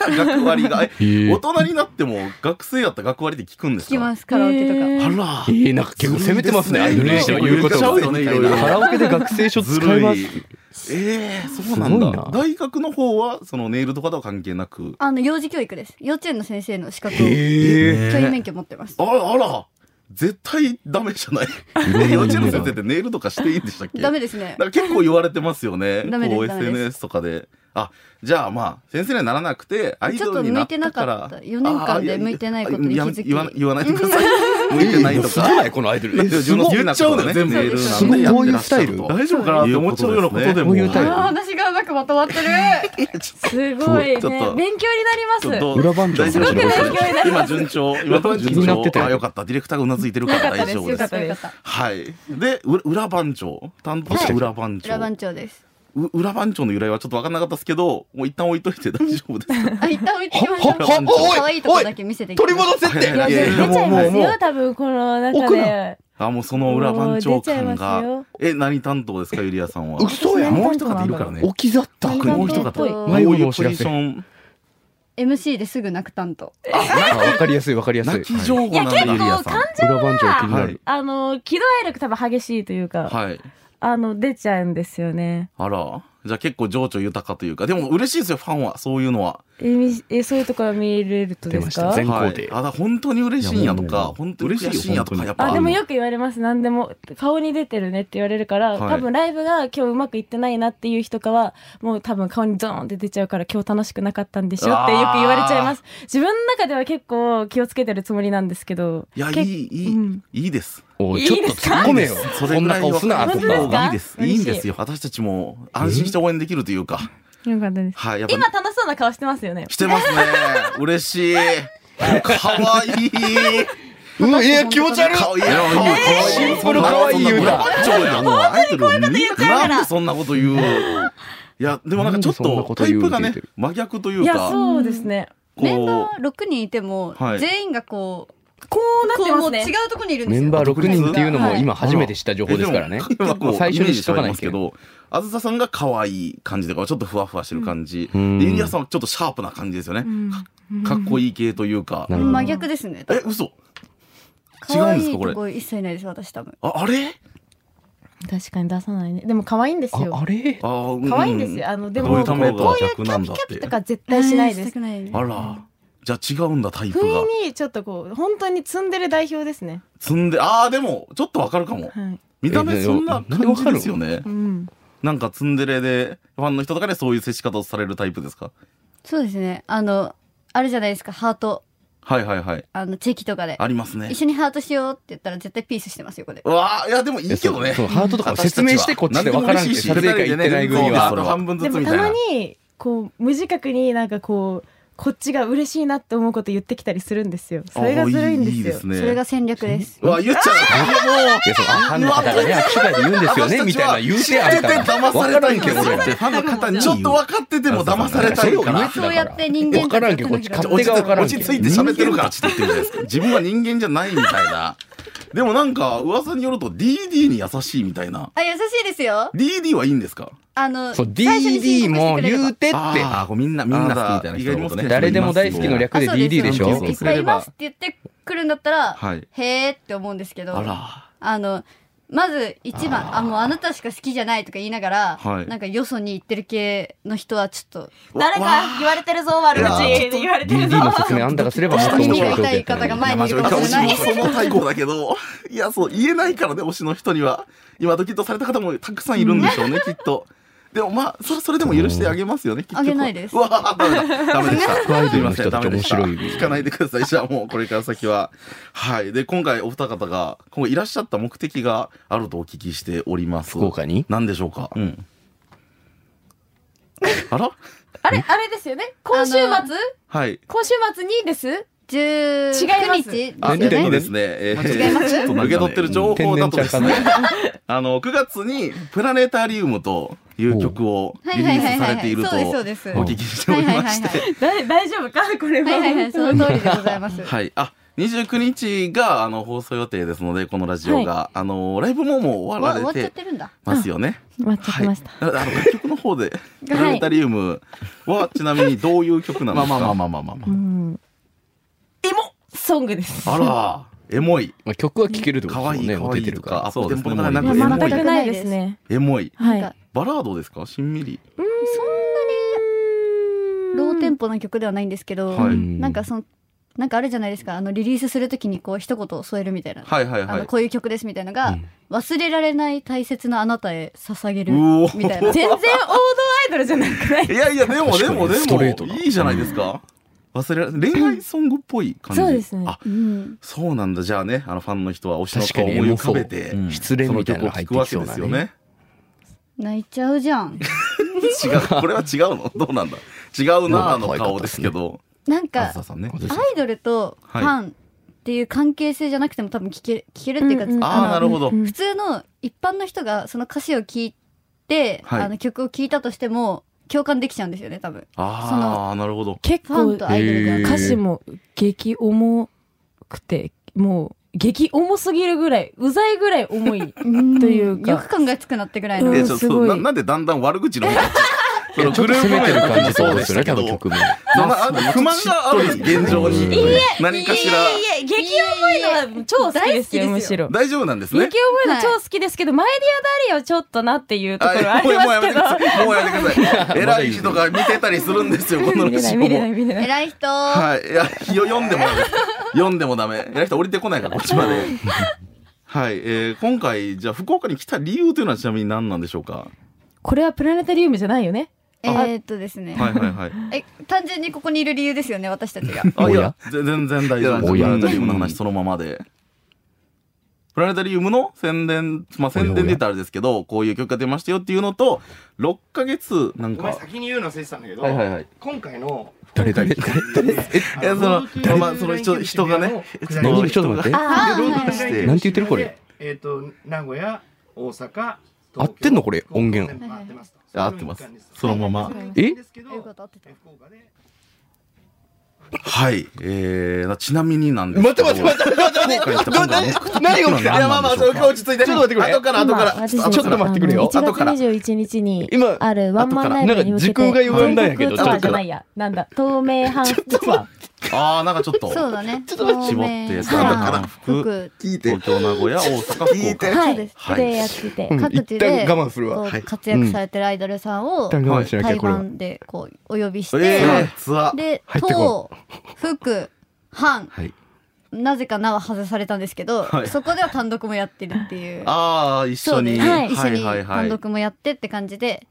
Speaker 3: 学割が、え
Speaker 4: ええ
Speaker 3: 大人になっても学生やったら学割で聞くんです
Speaker 6: 聞
Speaker 3: か
Speaker 6: きますカラオケとか、
Speaker 7: へー
Speaker 3: あら
Speaker 4: えーなんか結構攻めてますねアイドルにしては言うこ
Speaker 3: 言
Speaker 4: と
Speaker 3: っちゃうよねいろいろ
Speaker 4: カラオケで学生証使います
Speaker 3: ずるいええそうなんだ
Speaker 4: すごいな
Speaker 3: 大学の方はそのネイルとかとは関係なく
Speaker 6: あの幼児教育です幼稚園の先生の資格を
Speaker 4: へえ。
Speaker 6: 教員免許持ってます
Speaker 3: あらあら絶対ダメじゃない幼稚園の先生ってネイルとかしていいんでしたっけ
Speaker 6: ダメですね
Speaker 3: なんか結構言われてますよね
Speaker 6: ダメです
Speaker 3: こう
Speaker 6: ダメです
Speaker 3: SNS とかであじゃあまあ先生にはならなくてアイ
Speaker 6: ち
Speaker 3: ド
Speaker 6: ょっと
Speaker 3: ルに
Speaker 6: 向
Speaker 3: ないってた
Speaker 6: な
Speaker 3: か
Speaker 6: か
Speaker 3: ら
Speaker 6: った4年間で向いてないことに気
Speaker 3: ああ
Speaker 6: づ
Speaker 3: や言わ
Speaker 6: き
Speaker 3: 言わないでくだ さい向いてないと
Speaker 4: すご
Speaker 3: か
Speaker 4: ないこのアイドル。え
Speaker 3: 自分の好きなことねメールな
Speaker 4: す
Speaker 3: ん
Speaker 4: ご
Speaker 3: で
Speaker 4: い
Speaker 3: や
Speaker 4: こ
Speaker 3: っ
Speaker 4: う
Speaker 3: て
Speaker 4: いう
Speaker 3: らっ
Speaker 4: ス
Speaker 3: しゃ
Speaker 4: タイ
Speaker 3: る
Speaker 4: ル。
Speaker 3: と
Speaker 4: 大丈夫か
Speaker 3: なって思っちゃうようなことでも
Speaker 4: こういうタイル。
Speaker 5: 私がうまくまとまってる
Speaker 7: すごいね
Speaker 3: ちょっと
Speaker 7: 勉強
Speaker 3: ち
Speaker 7: に
Speaker 3: ょっ
Speaker 7: なりま
Speaker 3: と
Speaker 4: 裏番長
Speaker 3: 大丈夫
Speaker 7: すごく勉強になりま
Speaker 3: 今
Speaker 7: す
Speaker 3: 順調今
Speaker 4: 気
Speaker 3: 順
Speaker 4: になっ
Speaker 3: 調
Speaker 4: てたよ
Speaker 3: あよかったディレクターがうなずいてるか
Speaker 6: よからった
Speaker 3: 大丈
Speaker 6: です
Speaker 3: 夫
Speaker 6: よ
Speaker 3: で
Speaker 6: かっ
Speaker 3: す
Speaker 6: たよかった
Speaker 3: はいでう裏番長担当者裏番長
Speaker 6: 裏番長です
Speaker 3: う裏番長の由来はちょっと分かんなかったですけどもう一旦置いといて大丈夫です か
Speaker 6: あ一旦置いてきましょう
Speaker 3: ほほほおい
Speaker 6: 可愛いとこだけ見せてきます
Speaker 4: 取り戻せって。
Speaker 3: いやいやい
Speaker 7: す
Speaker 3: や
Speaker 7: 出ちゃい
Speaker 4: もう
Speaker 7: ます
Speaker 4: もうも
Speaker 7: よ
Speaker 4: う
Speaker 7: 多分この中
Speaker 4: 奥
Speaker 7: で
Speaker 3: あもうその裏番長感
Speaker 7: も
Speaker 3: が
Speaker 7: う
Speaker 3: え何担当ですかゆりやさんは
Speaker 4: 嘘やん。
Speaker 3: もう一方いるからね
Speaker 4: 置き去った。
Speaker 6: 何
Speaker 3: 奥にもう一
Speaker 6: 担
Speaker 3: 方
Speaker 6: 当
Speaker 3: ど
Speaker 6: と
Speaker 3: う
Speaker 4: 迷子
Speaker 3: いう
Speaker 4: の
Speaker 3: ポ
Speaker 4: お知ら
Speaker 3: ジ
Speaker 4: せ
Speaker 3: ション
Speaker 6: MC ですぐ泣く担当
Speaker 4: あわかりやすいわかりやすい。
Speaker 3: 泣き上手なんだゆりやさん
Speaker 7: いや
Speaker 4: 裏番長気にな
Speaker 3: はい
Speaker 4: る。
Speaker 7: あの喜怒哀楽多分激しいというか
Speaker 3: はい
Speaker 7: あの出ちゃうんですよね
Speaker 3: あらじゃあ結構情緒豊かというかでも嬉しいですよファンはそういうのは
Speaker 7: えみえそういうところ見れるとで
Speaker 4: 出
Speaker 7: す
Speaker 4: ま
Speaker 7: か
Speaker 4: した全校
Speaker 3: はい
Speaker 4: で
Speaker 3: あだ本当に嬉しいんやと
Speaker 4: いや
Speaker 3: か
Speaker 4: もう
Speaker 3: 本当に嬉
Speaker 4: 嬉し
Speaker 3: し
Speaker 4: い
Speaker 3: いん
Speaker 4: よ
Speaker 3: やとかやっ
Speaker 4: 本
Speaker 3: ぱ
Speaker 4: 当に
Speaker 7: あ
Speaker 3: あ
Speaker 7: で
Speaker 3: る
Speaker 7: もよく言われます何でも顔に出てるねって言われるから、
Speaker 3: はい
Speaker 7: 多分ライブが今日うまくいってないなっていう日とかはもう多分顔にドーンって出ちゃうから今日楽しくなかったんでしょってよく言われちゃいます自分の中では結構気をつけてるつもりなんですけど
Speaker 3: いやい
Speaker 7: け
Speaker 3: いいい、
Speaker 7: うん
Speaker 3: いいです
Speaker 4: おいちょっと突っ込めよ。
Speaker 3: それ
Speaker 4: こん
Speaker 3: ぐら
Speaker 4: ない顔すな
Speaker 3: は
Speaker 4: と
Speaker 7: 本当です
Speaker 4: か。
Speaker 7: か
Speaker 3: いいですい
Speaker 7: 嬉し
Speaker 3: い
Speaker 7: い
Speaker 3: んですよ私たちも安心して応援できるというか、
Speaker 7: よかったです
Speaker 3: はいやっぱ
Speaker 7: 今楽しそうな顔してますよね
Speaker 3: してます ね。嬉しい。かわいい。
Speaker 4: うんいや気持ち悪い。
Speaker 3: かわいい。シ
Speaker 4: シンプル可愛い言うな
Speaker 3: ちょやん。本当にこういうこと言うなんでそんなこと言う。いや、でもなんかちょっ
Speaker 4: なんでそんな
Speaker 3: と
Speaker 4: こと
Speaker 3: タ
Speaker 4: 言
Speaker 3: イ
Speaker 4: う
Speaker 3: プが
Speaker 4: っ
Speaker 3: ね
Speaker 4: て言って、
Speaker 3: 真逆とい
Speaker 7: いうや
Speaker 3: か、
Speaker 7: そうですね
Speaker 6: メン
Speaker 3: こ
Speaker 6: バー6人いても
Speaker 3: はい
Speaker 6: 全員がこう
Speaker 7: こうなっ
Speaker 6: こ
Speaker 7: て
Speaker 6: うも
Speaker 7: ま
Speaker 6: う
Speaker 7: す
Speaker 6: 違
Speaker 7: ね
Speaker 6: うとこにいるんで
Speaker 4: メ
Speaker 6: すよ
Speaker 4: ンバー6人っていうのも
Speaker 6: はい
Speaker 4: 今初めて知った情
Speaker 3: う、
Speaker 4: 報ですからね。
Speaker 3: えでもこう
Speaker 4: 最初にしとか
Speaker 3: イメ
Speaker 4: な
Speaker 3: ージしてますけ
Speaker 4: いけど。
Speaker 3: ど、あずささんが可愛い感じとか、ちょっとふわふわしてる感じ。で、
Speaker 4: うん
Speaker 3: ゆりやさんはちょっとシャープな感じですよね。かっこいい系というか。
Speaker 4: なるほど
Speaker 6: 真逆ですね
Speaker 3: え、嘘違
Speaker 6: 可
Speaker 3: うんで
Speaker 6: 愛
Speaker 3: すか
Speaker 6: い
Speaker 3: これ
Speaker 6: とこ一切ないです私多分
Speaker 3: あ、あれ
Speaker 7: 確かに出さないねでも可愛いんですよ
Speaker 4: ああれ
Speaker 3: あー、う
Speaker 7: 可愛いんですよあのでも
Speaker 3: どういうため
Speaker 7: こういう
Speaker 3: 逆
Speaker 7: キ
Speaker 3: な
Speaker 7: ャ
Speaker 3: ん
Speaker 7: ピ
Speaker 3: だ
Speaker 7: キ
Speaker 3: っ
Speaker 7: ャ
Speaker 3: て
Speaker 7: ピとか絶対しないです
Speaker 6: したくないです
Speaker 3: あら。じゃあ違うんだ、タイプ
Speaker 7: 不
Speaker 3: が。
Speaker 7: 意にちょっとこう本当に積んでる代表ですね。
Speaker 3: 積んで、ああ、でも、ちょっとわかるかも。
Speaker 7: はい。
Speaker 3: 見た目
Speaker 4: え
Speaker 3: そんな感じですよね
Speaker 7: う。ん。
Speaker 3: なんかツンデレで、ファンの人とかでそういう接し方をされるタイプですか
Speaker 6: そうですねあのあるじゃないですかハート
Speaker 3: はいはいはい。
Speaker 6: あのチェキとかで
Speaker 3: ありますね
Speaker 6: 一。緒にハートしようって言ったら絶対ピースしてますよこれ
Speaker 3: うわあ、いやでもいい
Speaker 4: え
Speaker 3: け
Speaker 4: そ
Speaker 3: ど
Speaker 4: う
Speaker 3: ね
Speaker 4: そ。うハートとかを説明してこっちでわからんって
Speaker 3: し
Speaker 4: サルベイカ言ってない組は。
Speaker 3: ハート半分ず
Speaker 7: で
Speaker 3: つ
Speaker 7: も
Speaker 3: み
Speaker 7: た
Speaker 3: たい
Speaker 7: ま
Speaker 3: な。
Speaker 7: にこう無自覚になんかこうこっちが嬉しいなって思うこと言ってきたりするんですよ。それがずるいんですよ。
Speaker 3: ね。
Speaker 6: それが戦略です
Speaker 3: うわ、言っちゃう。
Speaker 4: いや、その、ファンの方がね、握手会で言うんですよね、みたいな言うてあるから。
Speaker 3: 騙さ
Speaker 4: わ
Speaker 3: れ
Speaker 4: か
Speaker 3: た
Speaker 4: ら
Speaker 3: い
Speaker 4: んけど、俺。
Speaker 3: ファンの方に。ちょっと分かってても騙されたいから。
Speaker 6: そうやって人間
Speaker 4: わからんけど、こっち勝手がわからん
Speaker 3: 落
Speaker 4: け
Speaker 3: ち
Speaker 4: ど。
Speaker 3: 着いて喋ってるからちょっと言ってるじゃないですか自分は人間じゃないみたいなでもなんか噂によると DD に優しいみたいな
Speaker 6: あ優しいですよ
Speaker 3: DD はいいんですか
Speaker 6: あの
Speaker 4: そう、
Speaker 6: 最初に
Speaker 4: DD
Speaker 6: 申告して
Speaker 4: も
Speaker 6: くれれば
Speaker 4: 言うてって。
Speaker 3: あーこうみんなみんな好きみたいな人のことね
Speaker 4: 誰でも大好きの略
Speaker 6: あ
Speaker 4: で
Speaker 6: そうす
Speaker 4: DD でし
Speaker 6: い
Speaker 4: ょ
Speaker 6: っぱいいっぱいいますって言ってくるんだったら、
Speaker 3: はい
Speaker 6: へえって思うんですけど
Speaker 3: あら
Speaker 6: あのまず一番あもうあなたしか好きじゃないとか言いながら、
Speaker 3: はい
Speaker 6: なんかよそに行ってる系の人はちょっと
Speaker 7: 誰か言われてるぞ悪口言われてるぞ。
Speaker 4: DD の説明あんたがすればもっと面
Speaker 6: 耳が
Speaker 4: 白いと思う
Speaker 6: 痛い
Speaker 4: けど
Speaker 6: 方が前にいるかも
Speaker 3: う
Speaker 6: し
Speaker 3: ち
Speaker 6: れない
Speaker 3: もそのタイプだけどいやそう言えないからね推しの人には今ドキッとされた方もたくさんいるんでしょうねきっとでもまあそれそれでも許してあげますよねきっと
Speaker 6: あげないです
Speaker 3: うわあダメだ ダメでした
Speaker 4: アイ
Speaker 3: す
Speaker 4: ド
Speaker 3: い
Speaker 4: ル
Speaker 3: ま
Speaker 4: の
Speaker 3: せん
Speaker 4: 人
Speaker 3: ダメで
Speaker 4: たち面
Speaker 3: した
Speaker 4: 白い
Speaker 3: 聞かないでくださいじゃあもうこれから先ははいで今回お二方が今後いらっしゃった目的があるとお聞きしております
Speaker 4: 福岡に
Speaker 3: 何でしょうかうんあら
Speaker 5: あれあれですよね今週末
Speaker 6: あ
Speaker 3: はい
Speaker 5: 今週末にです
Speaker 6: 19
Speaker 5: 違います
Speaker 6: 日です
Speaker 3: あ
Speaker 6: よ
Speaker 4: 全然
Speaker 3: いい
Speaker 6: ね
Speaker 3: ですね。えー
Speaker 6: 間違えます
Speaker 3: ちょっと受け取ってる情報だとですね、 あの、9月にプラネタリウムという曲をリリースされていると
Speaker 6: はいはいはいはいそうですそう
Speaker 3: お聞
Speaker 6: です
Speaker 3: きしておりまし
Speaker 6: はいは
Speaker 3: て、
Speaker 7: だ大丈夫かこれは。
Speaker 6: はいはいはいその通りでございます、
Speaker 3: はい。あ、29日があの放送予定ですので、このラジオが、あの、ライブももう終
Speaker 6: わ
Speaker 3: わ
Speaker 6: 終
Speaker 3: ら
Speaker 6: わっちゃ
Speaker 3: れ
Speaker 6: っててるんだ
Speaker 3: ますよね。
Speaker 7: 待っちゃってまし
Speaker 3: な
Speaker 7: た。
Speaker 3: のであの楽曲の方 で、プラネタリウムはちなみにどういう曲なんですかまあまあまあまあまあま
Speaker 7: うん。エモソングです。
Speaker 3: あら、エモい
Speaker 4: まあ、曲は聴けるってこ
Speaker 3: 可
Speaker 4: と
Speaker 3: 愛
Speaker 4: です
Speaker 3: い
Speaker 4: よね。
Speaker 3: 可
Speaker 4: もう
Speaker 3: 愛い
Speaker 4: 出て
Speaker 3: と
Speaker 4: る
Speaker 3: か
Speaker 4: から。
Speaker 3: アップテンポの中
Speaker 4: そ
Speaker 3: で
Speaker 4: う
Speaker 3: な
Speaker 4: で
Speaker 3: ん
Speaker 4: す
Speaker 3: か
Speaker 4: ね
Speaker 3: エモい
Speaker 7: いや全くないですね。
Speaker 3: エモい
Speaker 7: はい。
Speaker 6: なんか
Speaker 3: バラードですかしんみり
Speaker 6: ローテンポな曲ではないんですけど、
Speaker 3: はい
Speaker 6: なんかそのなんかあるじゃないですかあのリリースするときにこう一言添えるみたいな、
Speaker 3: はいはいは
Speaker 6: あの
Speaker 3: い
Speaker 6: こういう曲ですみたいなのが、
Speaker 4: うん
Speaker 6: 忘れられない大切なあなたへ捧げる
Speaker 3: うお
Speaker 6: みたいな
Speaker 7: 全然王道アイドルじゃなくない
Speaker 3: いやいやでも
Speaker 4: 確
Speaker 3: で
Speaker 4: かに
Speaker 3: もで
Speaker 4: ストレート
Speaker 3: も
Speaker 4: ない
Speaker 3: いじゃないですか忘れられ恋愛ソングっぽい感じ
Speaker 7: そうですね
Speaker 3: あ
Speaker 6: うん、
Speaker 3: そうなんだじゃあねあのファンの人は推し
Speaker 4: 確か
Speaker 3: の顔を
Speaker 4: に
Speaker 3: 思い浮
Speaker 4: エモ
Speaker 3: か
Speaker 4: そう
Speaker 3: べて
Speaker 4: うん失恋みたいなの入ってきそうな
Speaker 3: その曲を聴くわけですよね
Speaker 4: ね。
Speaker 6: 泣いちゃうじゃん
Speaker 3: 違うこれは違うのどうなんだ違うなあの顔ですけど
Speaker 6: なん
Speaker 3: あ
Speaker 6: か
Speaker 3: ずささんね
Speaker 4: あず
Speaker 6: ア
Speaker 4: さ
Speaker 6: イドルとファンっていう関係性じゃなくても多分聞ける聞けるっていうか、
Speaker 7: うんうん
Speaker 3: ああ
Speaker 6: の
Speaker 3: なるほど
Speaker 7: うん
Speaker 6: 普通の一般の人がその歌詞を聞いて、
Speaker 3: はい
Speaker 6: あの曲を聞いたとしても共感できちゃうんですよね多分
Speaker 3: ああなるほど
Speaker 7: 結
Speaker 6: ファ
Speaker 7: 構
Speaker 6: ンとアイドルが
Speaker 4: へー
Speaker 7: 歌詞も激重くて、もう激重すぎるぐらい、うざいぐらい重い。
Speaker 6: うん
Speaker 7: というか
Speaker 6: よく考えつくなってぐらいの、
Speaker 7: うん
Speaker 3: えちょっ
Speaker 7: す
Speaker 3: と
Speaker 7: ごい
Speaker 3: ななんでだんだん悪口 の方にその
Speaker 4: ちょっと攻めてる感じってことですよね、多分曲も。
Speaker 3: そんなあ不満があるんです現状に何かしら
Speaker 5: え激
Speaker 7: 激重いのは超好きですよ、
Speaker 6: 大好きですよ
Speaker 7: むしろ。
Speaker 3: 大丈夫なんです
Speaker 7: 激重
Speaker 3: ね
Speaker 7: いの超好きですけど、マイディアダリアはちょっとなっていうとこ
Speaker 3: あ
Speaker 7: ろはありますけど。
Speaker 3: もうやめてくださいもうやめてくださ い偉い人が見てたりするんですよこの
Speaker 7: 見れ
Speaker 3: ラ
Speaker 7: ない、
Speaker 3: ジオ
Speaker 7: 見れない、
Speaker 3: も
Speaker 7: 見れない。
Speaker 6: 偉い人、
Speaker 3: はいいやよ読んでもダメです読んでもダメ偉い人降りてこないからこっちまではい、えー、今回じゃあ福岡に来た理由というのはちなみに何なんでしょうか
Speaker 7: これはプラネタリウムじゃないよね。
Speaker 6: えーっとですね、
Speaker 3: はいはいはい
Speaker 6: え単純にここにいる理由ですよね私たちが
Speaker 3: あい
Speaker 4: お
Speaker 3: や
Speaker 4: や
Speaker 3: ぜ全然大丈夫です
Speaker 4: お
Speaker 3: プ
Speaker 4: や
Speaker 3: ラネタリウムの話そのままでプラネタリウムの宣伝まあ宣伝で言ったらあれですけどこういう曲が出ましたよっていうのと6ヶ月なん
Speaker 8: ごめん
Speaker 3: か
Speaker 8: 先に言うの忘れてたんだけど、
Speaker 3: はいはいはい
Speaker 8: 今回の
Speaker 4: 誰誰誰
Speaker 3: いやそのまあまあその人人がね
Speaker 8: ち
Speaker 4: どうちょっと待って。
Speaker 6: あー
Speaker 3: どう
Speaker 6: は
Speaker 3: ど
Speaker 6: いは
Speaker 3: うし
Speaker 6: い
Speaker 3: て
Speaker 4: なんて言ってるこれ
Speaker 8: えっ、と名古屋大阪
Speaker 4: 合ってんのこれ音源
Speaker 8: 合ってます
Speaker 3: あ合ってますそのまま
Speaker 4: え
Speaker 6: いうこと合ってた
Speaker 8: 福岡で
Speaker 3: はいえー、ちなみになんです
Speaker 4: 待って待って待って待って待って待って何が起きた
Speaker 3: いやまあまあそれ落ち着いて
Speaker 4: ちょっと待ってくれ
Speaker 3: 後から後から
Speaker 7: 今
Speaker 4: ちょっと待ってくれよ
Speaker 7: あの
Speaker 3: 後から
Speaker 7: 1月21日に
Speaker 4: 今
Speaker 7: あるワンマンライブに向けて
Speaker 4: なんか時空が歪んだんやけど
Speaker 7: 時空とかじゃないやなんだ透明半服ツアー
Speaker 3: ああなんかちょっと
Speaker 6: そうだねちょっ
Speaker 3: と絞って
Speaker 6: そう
Speaker 3: だから服
Speaker 8: 聞い
Speaker 3: 東京名古屋大阪福岡
Speaker 8: 聞いて
Speaker 7: は
Speaker 6: そうです
Speaker 7: い
Speaker 3: はい
Speaker 7: でやってて
Speaker 4: うん
Speaker 6: 各地
Speaker 4: 一旦
Speaker 6: で
Speaker 4: 我慢する
Speaker 6: こ
Speaker 4: わ。は
Speaker 6: う
Speaker 4: い
Speaker 6: 活躍されてるアイドルさんを
Speaker 4: 一旦我慢しなきゃ
Speaker 6: 対
Speaker 4: これは
Speaker 6: バ。ンでこうお呼びし
Speaker 3: え
Speaker 6: て
Speaker 3: ー、ツアー
Speaker 6: で
Speaker 4: 入って
Speaker 6: 当
Speaker 4: こ
Speaker 6: 福藩
Speaker 3: はい
Speaker 6: なぜか名は外されたんですけど
Speaker 3: はい
Speaker 6: そこでは単独もやってるっていう
Speaker 3: ああ一緒に、
Speaker 6: そうです
Speaker 7: はい
Speaker 6: 一緒に
Speaker 3: はいはい
Speaker 6: 単
Speaker 3: はい
Speaker 6: 独もやってって感じで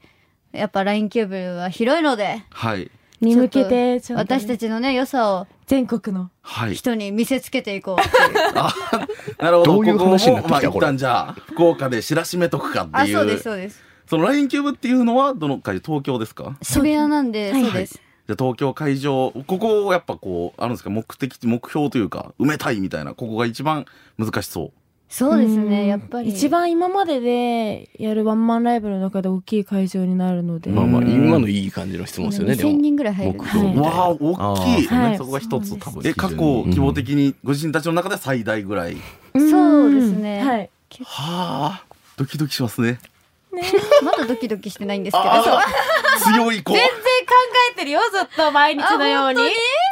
Speaker 6: やっぱ LINE キューブは広いので
Speaker 3: はい
Speaker 7: に向けてちょっとね
Speaker 6: 私たちのね良さを
Speaker 7: 全国の
Speaker 3: はい
Speaker 6: 人に見せつけていこうっていう
Speaker 3: なるほど
Speaker 4: どういう話になってきた
Speaker 3: ここも
Speaker 4: こ
Speaker 3: ま
Speaker 4: れ
Speaker 3: あ、一旦じゃあ福岡で知らしめとくかって
Speaker 6: あ
Speaker 3: い
Speaker 6: そうです
Speaker 3: う
Speaker 6: そうです
Speaker 3: その LINE キューブっていうのはどの会東京ですか
Speaker 6: 渋谷なんでそうです
Speaker 3: じゃあ東京会場ここをやっぱこうあるんですか目的目標というか埋めたいみたいなここが一番難しそう
Speaker 6: そうです
Speaker 7: うん
Speaker 6: ねやっぱり
Speaker 7: 一番今まででやるワンマンライブの中で大きい会場になるので
Speaker 4: まあまあ、
Speaker 3: うん
Speaker 4: 今のいい感じの質問ですよね、で
Speaker 6: 2000
Speaker 4: も。
Speaker 6: 人ぐらい入る
Speaker 4: 目
Speaker 7: は
Speaker 4: 標
Speaker 7: い
Speaker 4: みたい
Speaker 3: わあ
Speaker 4: な。
Speaker 3: 大きい、
Speaker 2: あー
Speaker 7: はい
Speaker 2: そこが一つ多分
Speaker 3: え過去規模
Speaker 2: 模
Speaker 3: 的にご自身たちの中で最大ぐらい、
Speaker 7: ん
Speaker 6: そうですね
Speaker 7: はい
Speaker 3: はあドキドキしますね
Speaker 6: まだドキドキしてないんですけどそう
Speaker 3: 強い子
Speaker 7: 全然考えてるよずっと毎日のように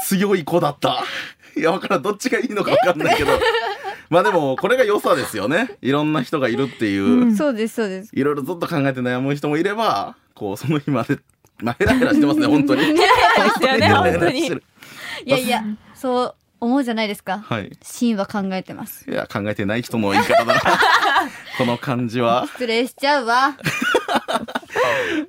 Speaker 3: 強い子だったいやわからんどっちがいいのかわかんないけ どまあでもこれが良さですよねいろんな人がいるっていう、
Speaker 6: そうですそうです
Speaker 3: いろいろずっと考えて悩む人もいればこうその日までまあヘラヘラしてますね本当にヘ
Speaker 7: です よね本当に
Speaker 6: いやいやそう思うじゃないですか
Speaker 3: はい
Speaker 6: シーンは考えてます
Speaker 3: いや考えてない人の言い方だなこの感じは
Speaker 6: 失礼しちゃうわ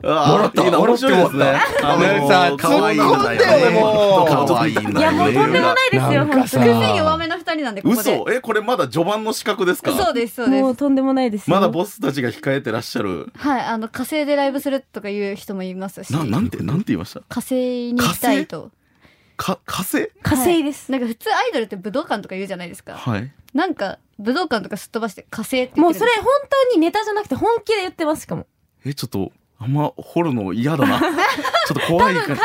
Speaker 3: 笑
Speaker 4: った
Speaker 3: いいな面白いですね
Speaker 4: たなんかさ
Speaker 3: 可愛いんだ
Speaker 4: 突っ込んで
Speaker 3: よ
Speaker 4: よ
Speaker 3: ね
Speaker 4: もう
Speaker 3: 可愛いんだよね
Speaker 7: いやもうとんでもないですよ
Speaker 4: なんか
Speaker 7: 本
Speaker 4: さ
Speaker 6: 癖弱めの二人なんでここで
Speaker 3: 嘘えこれまだ序盤の資格ですか
Speaker 6: そうですそ
Speaker 7: 当
Speaker 6: う
Speaker 7: に
Speaker 6: で
Speaker 7: もう
Speaker 6: す
Speaker 7: とんでもないですよ
Speaker 3: まだボスたちが控えてらっしゃる
Speaker 6: はいあの火星でライブするとか言う人もいますし
Speaker 3: ななんてなんて言いました
Speaker 6: 火星に行きたいと
Speaker 3: か火星
Speaker 7: 火星です
Speaker 6: なんか普通アイドルって武道館とか言うじゃないですか
Speaker 3: はい
Speaker 6: なんか武道館とかすっ飛ばして火星って言
Speaker 7: も
Speaker 6: っ
Speaker 7: う
Speaker 6: て
Speaker 7: そ
Speaker 6: る
Speaker 7: れ本当にネタじゃなくて本気で言ってますしかも
Speaker 3: えちょっとあんま掘るの嫌だなちょっと怖いか
Speaker 7: 会話
Speaker 3: ら
Speaker 7: が噛み合わ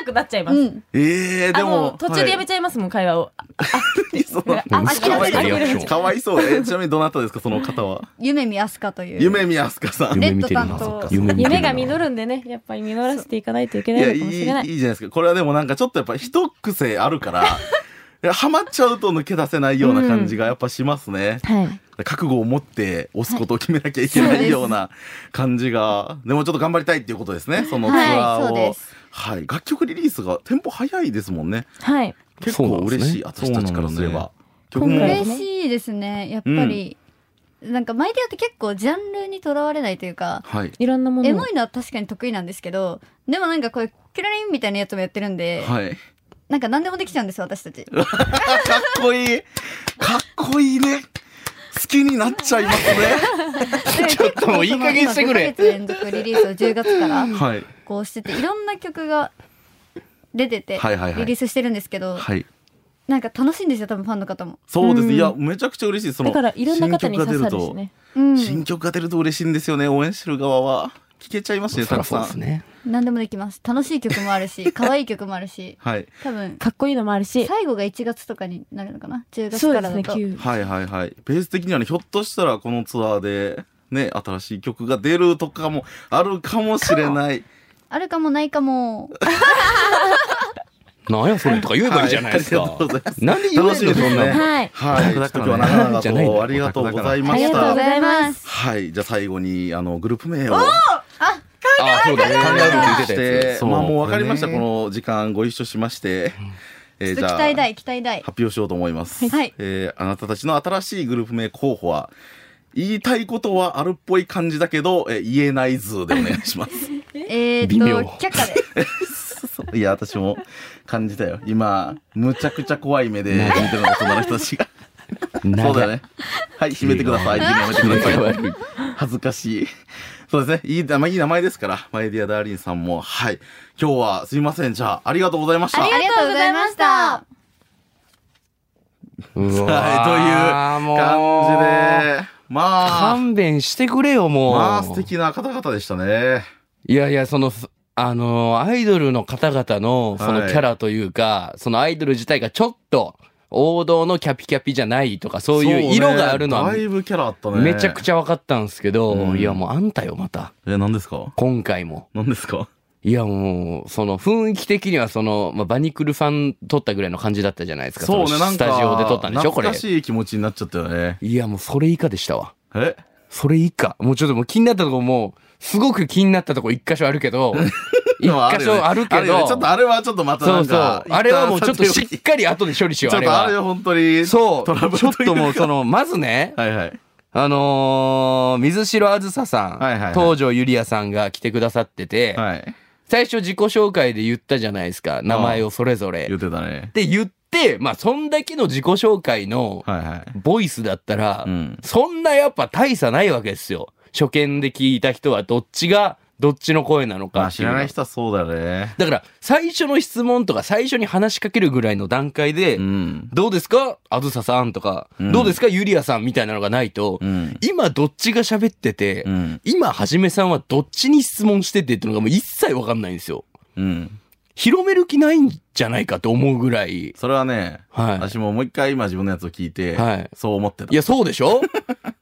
Speaker 7: なくなっちゃいます。
Speaker 6: うん
Speaker 3: えー、
Speaker 7: あ
Speaker 3: で
Speaker 7: の
Speaker 3: も
Speaker 7: 途中でやめ
Speaker 3: ち
Speaker 7: ちゃいますもん、会話 を。
Speaker 3: ゃう、はい
Speaker 7: あ
Speaker 4: うん
Speaker 7: 諦めて
Speaker 4: 可愛い
Speaker 7: 諦め
Speaker 4: リアクシ
Speaker 7: て
Speaker 4: ョン
Speaker 3: かわいそうえちなみにどなたですかその方は
Speaker 6: 夢見アスカという
Speaker 3: 夢見あすかさん
Speaker 6: レ
Speaker 4: 夢
Speaker 6: ッ
Speaker 4: 見
Speaker 6: ド
Speaker 4: てる
Speaker 6: 担
Speaker 4: な。
Speaker 6: 当
Speaker 4: 夢見てるな
Speaker 7: 夢が実るんでね、やっぱり実らせていかないといけない
Speaker 3: や
Speaker 7: の
Speaker 3: い
Speaker 7: かも
Speaker 3: い
Speaker 7: し
Speaker 3: いいじ
Speaker 7: れ
Speaker 3: ゃ
Speaker 7: な。
Speaker 3: ない いですかこれはでもなんかちょっとやっぱ一癖あるからやハマっちゃうと抜け出せないような感じがやっぱしますね。
Speaker 7: はい。
Speaker 3: 覚悟を持って押すことを決めなきゃいけないよう な感じが、でもちょっと頑張りたいっていうことですね。そのツア
Speaker 6: はい
Speaker 3: ー
Speaker 6: そう
Speaker 3: を
Speaker 6: で。す
Speaker 3: はい、楽曲リリースがテンポ早いですもんね。
Speaker 7: はい。
Speaker 3: 結
Speaker 4: そう
Speaker 3: 構
Speaker 4: なんですね
Speaker 3: 嬉しい、私たちからすれば。曲
Speaker 7: そうな
Speaker 3: も
Speaker 7: んですね
Speaker 6: 嬉しいですねやっぱり、なんかマイディアって結構ジャンルにとらわれないというか
Speaker 3: はい。
Speaker 7: いろんなものを。
Speaker 6: エモいのは確かに得意なんですけどでもなんかこういうキュラリンみたいなやつもやってるんで、
Speaker 3: はい。
Speaker 6: なんか何でもできちゃうんですよ私たち
Speaker 3: かっこいい。かっこいいね。好きになっちゃいますね。
Speaker 6: ち
Speaker 4: ょっともういい加減してくれ
Speaker 6: 5ヶ月連続リリースを10月か ら
Speaker 3: はい。
Speaker 6: こうしてていろんな曲が出てて
Speaker 3: はいはいはい
Speaker 6: リリースしてるんですけど
Speaker 3: はい。
Speaker 6: なんか楽しいんですよ多分ファンの方も、
Speaker 3: そうですね。
Speaker 7: うん
Speaker 3: いや、めちゃくちゃ嬉しい。その
Speaker 7: だからいろんな方に刺さる
Speaker 3: 新曲
Speaker 7: し
Speaker 3: が出
Speaker 7: ね。
Speaker 6: うん、
Speaker 3: 新曲が出ると嬉しいんですよね。応援してる側は。聞けちゃいますね、
Speaker 4: そ
Speaker 3: た
Speaker 4: りゃ
Speaker 3: く
Speaker 4: そう
Speaker 3: さ
Speaker 4: です
Speaker 3: ん。
Speaker 4: ね。
Speaker 6: 何でもできます楽しい曲もあるし可愛い曲もあるし
Speaker 3: はい。
Speaker 6: 多分
Speaker 7: かっこいいのもあるし。
Speaker 6: 最後が1月とかになるのかな10月
Speaker 7: そう
Speaker 6: か
Speaker 7: で
Speaker 6: ら
Speaker 7: す
Speaker 6: だ
Speaker 7: ね、
Speaker 6: と、
Speaker 7: 急。
Speaker 3: はいはいはい。ベース的にはね、ひょっとしたらこのツアーで、ね、新しい曲が出るとかもあるかもしれない。
Speaker 6: あるかもないかも
Speaker 4: なんやそれとか言えばいいじゃないですか。
Speaker 3: はいありがとうございます
Speaker 4: なんで言え
Speaker 3: 楽しみですもんね
Speaker 4: んな
Speaker 7: はい。
Speaker 3: はい。今日は長々とありがとうございま
Speaker 7: あり
Speaker 3: し
Speaker 7: がとうご
Speaker 3: た。
Speaker 7: ざいます。
Speaker 6: す
Speaker 3: はい。じゃあ最後に、あの、グループ名を。
Speaker 4: あ、そうだね。考えるって言っ
Speaker 3: して
Speaker 4: たや
Speaker 3: て
Speaker 4: つ。、
Speaker 3: まあもう分かりました、
Speaker 4: こ
Speaker 3: こ
Speaker 4: れね
Speaker 3: の時間ご一緒しまして、え
Speaker 6: 期
Speaker 3: ーじゃあ
Speaker 6: 待
Speaker 3: 発
Speaker 6: 大期待大
Speaker 3: 表しようと思います、
Speaker 6: はい
Speaker 3: えーあなたたちの新しいグループ名候補は言いたいことはあるっぽい感じだけど、えー言えない図でお願いします
Speaker 6: えー、っ
Speaker 4: 微妙
Speaker 6: と却下で
Speaker 3: いや私も感じたよ今むちゃくちゃ怖い目で見てるの大人の人たちが
Speaker 4: 長い
Speaker 3: そうだよねはい閉めてくださいやめてください
Speaker 4: 悪い
Speaker 3: 恥ずかしい。そうですね。いい名前、いい名前ですから。マイディア・ダーリンさんも。はい。今日はすいません。じゃあ、ありがとうございました。
Speaker 6: ありがとうございました
Speaker 4: う
Speaker 3: は
Speaker 4: わ
Speaker 3: い、と
Speaker 4: ー
Speaker 3: いう
Speaker 4: もう
Speaker 3: 感じで、まあ、
Speaker 4: 勘弁してくれよ、もう。
Speaker 3: まあ素敵な方々でしたね。
Speaker 4: いやいや、その、すあのーアイドルの方々の、そ
Speaker 3: は
Speaker 4: の
Speaker 3: い
Speaker 4: キャラというか、そのアイドル自体がちょっと、王道のキャピキャピじゃないとか、そういう色があるの
Speaker 3: そう
Speaker 4: は
Speaker 3: ね、だいぶキャラあったね。
Speaker 4: めちゃくち
Speaker 3: ゃ。
Speaker 4: ゃ分かったんですけど、
Speaker 3: うん
Speaker 4: いやもうあんたよ、また。
Speaker 3: え、何ですか
Speaker 4: 今回も。
Speaker 3: 何ですか
Speaker 4: いやもう、その雰囲気的にはその、まあ、バニクルファン撮ったぐらいの感じだったじゃないですか。
Speaker 3: そう
Speaker 4: そ
Speaker 3: ね、
Speaker 4: の
Speaker 3: なん
Speaker 4: ス
Speaker 3: か、
Speaker 4: タジオで撮ったんでしょ、これ
Speaker 3: 懐か。しい気持ちになっちゃったよね。
Speaker 4: いやもうそれ以下でしたわ。
Speaker 3: え
Speaker 4: それ以下。もうちょっともう気になったとこもう、すごく気になったとこ一箇所ある けど、一箇所あるけ
Speaker 3: よねよね
Speaker 4: ど、
Speaker 3: ちょっとあれはちょっとまた
Speaker 4: そ
Speaker 3: な
Speaker 4: うんそう。
Speaker 3: か、
Speaker 4: あれはもうちょっとしっかり後で処理し
Speaker 3: ちょっ
Speaker 4: よう、あれ
Speaker 3: とあれ
Speaker 4: は。
Speaker 3: は本当に。
Speaker 4: そう。
Speaker 3: トラブル
Speaker 4: ちょっともうその、まずね、
Speaker 3: はいはい。
Speaker 4: あのー水城あずささん、
Speaker 3: はいはいはい
Speaker 4: 東條ゆりやさんが来てくださってて、
Speaker 3: はい。
Speaker 4: 最初自己紹介で言ったじゃないですか、名前をそれぞれ。
Speaker 3: 言ってたね。
Speaker 4: で、言って、まあ、そんだけの自己紹介の
Speaker 3: はいはい。
Speaker 4: ボイスだったら、
Speaker 3: うん。
Speaker 4: そんなやっぱ大差ないわけですよ。初見で聞いた人はどっちが、どっちの声なの
Speaker 3: ま
Speaker 4: か
Speaker 3: あ
Speaker 4: って
Speaker 3: 知
Speaker 4: いう
Speaker 3: ら
Speaker 4: の
Speaker 3: ない人はそうだね。
Speaker 4: だから、最初の質問とか最初に話しかけるぐらいの段階で、
Speaker 3: うん。
Speaker 4: どうですかあずささんとか、
Speaker 3: うん
Speaker 4: どうですかゆりやさんみたいなのがないと、
Speaker 3: うん。
Speaker 4: 今どっちが喋ってて、
Speaker 3: うん。
Speaker 4: 今はじめさんはどっちに質問しててっていうのがもう一切わかんないんですよ。
Speaker 3: うん。
Speaker 4: 広める気ないんじゃないかと思うぐらい。
Speaker 3: それはね、
Speaker 4: は
Speaker 3: 私ももう一回今自分のやつを聞いて、
Speaker 4: い。はい。
Speaker 3: そう思ってた。い
Speaker 4: いや、そうでしょ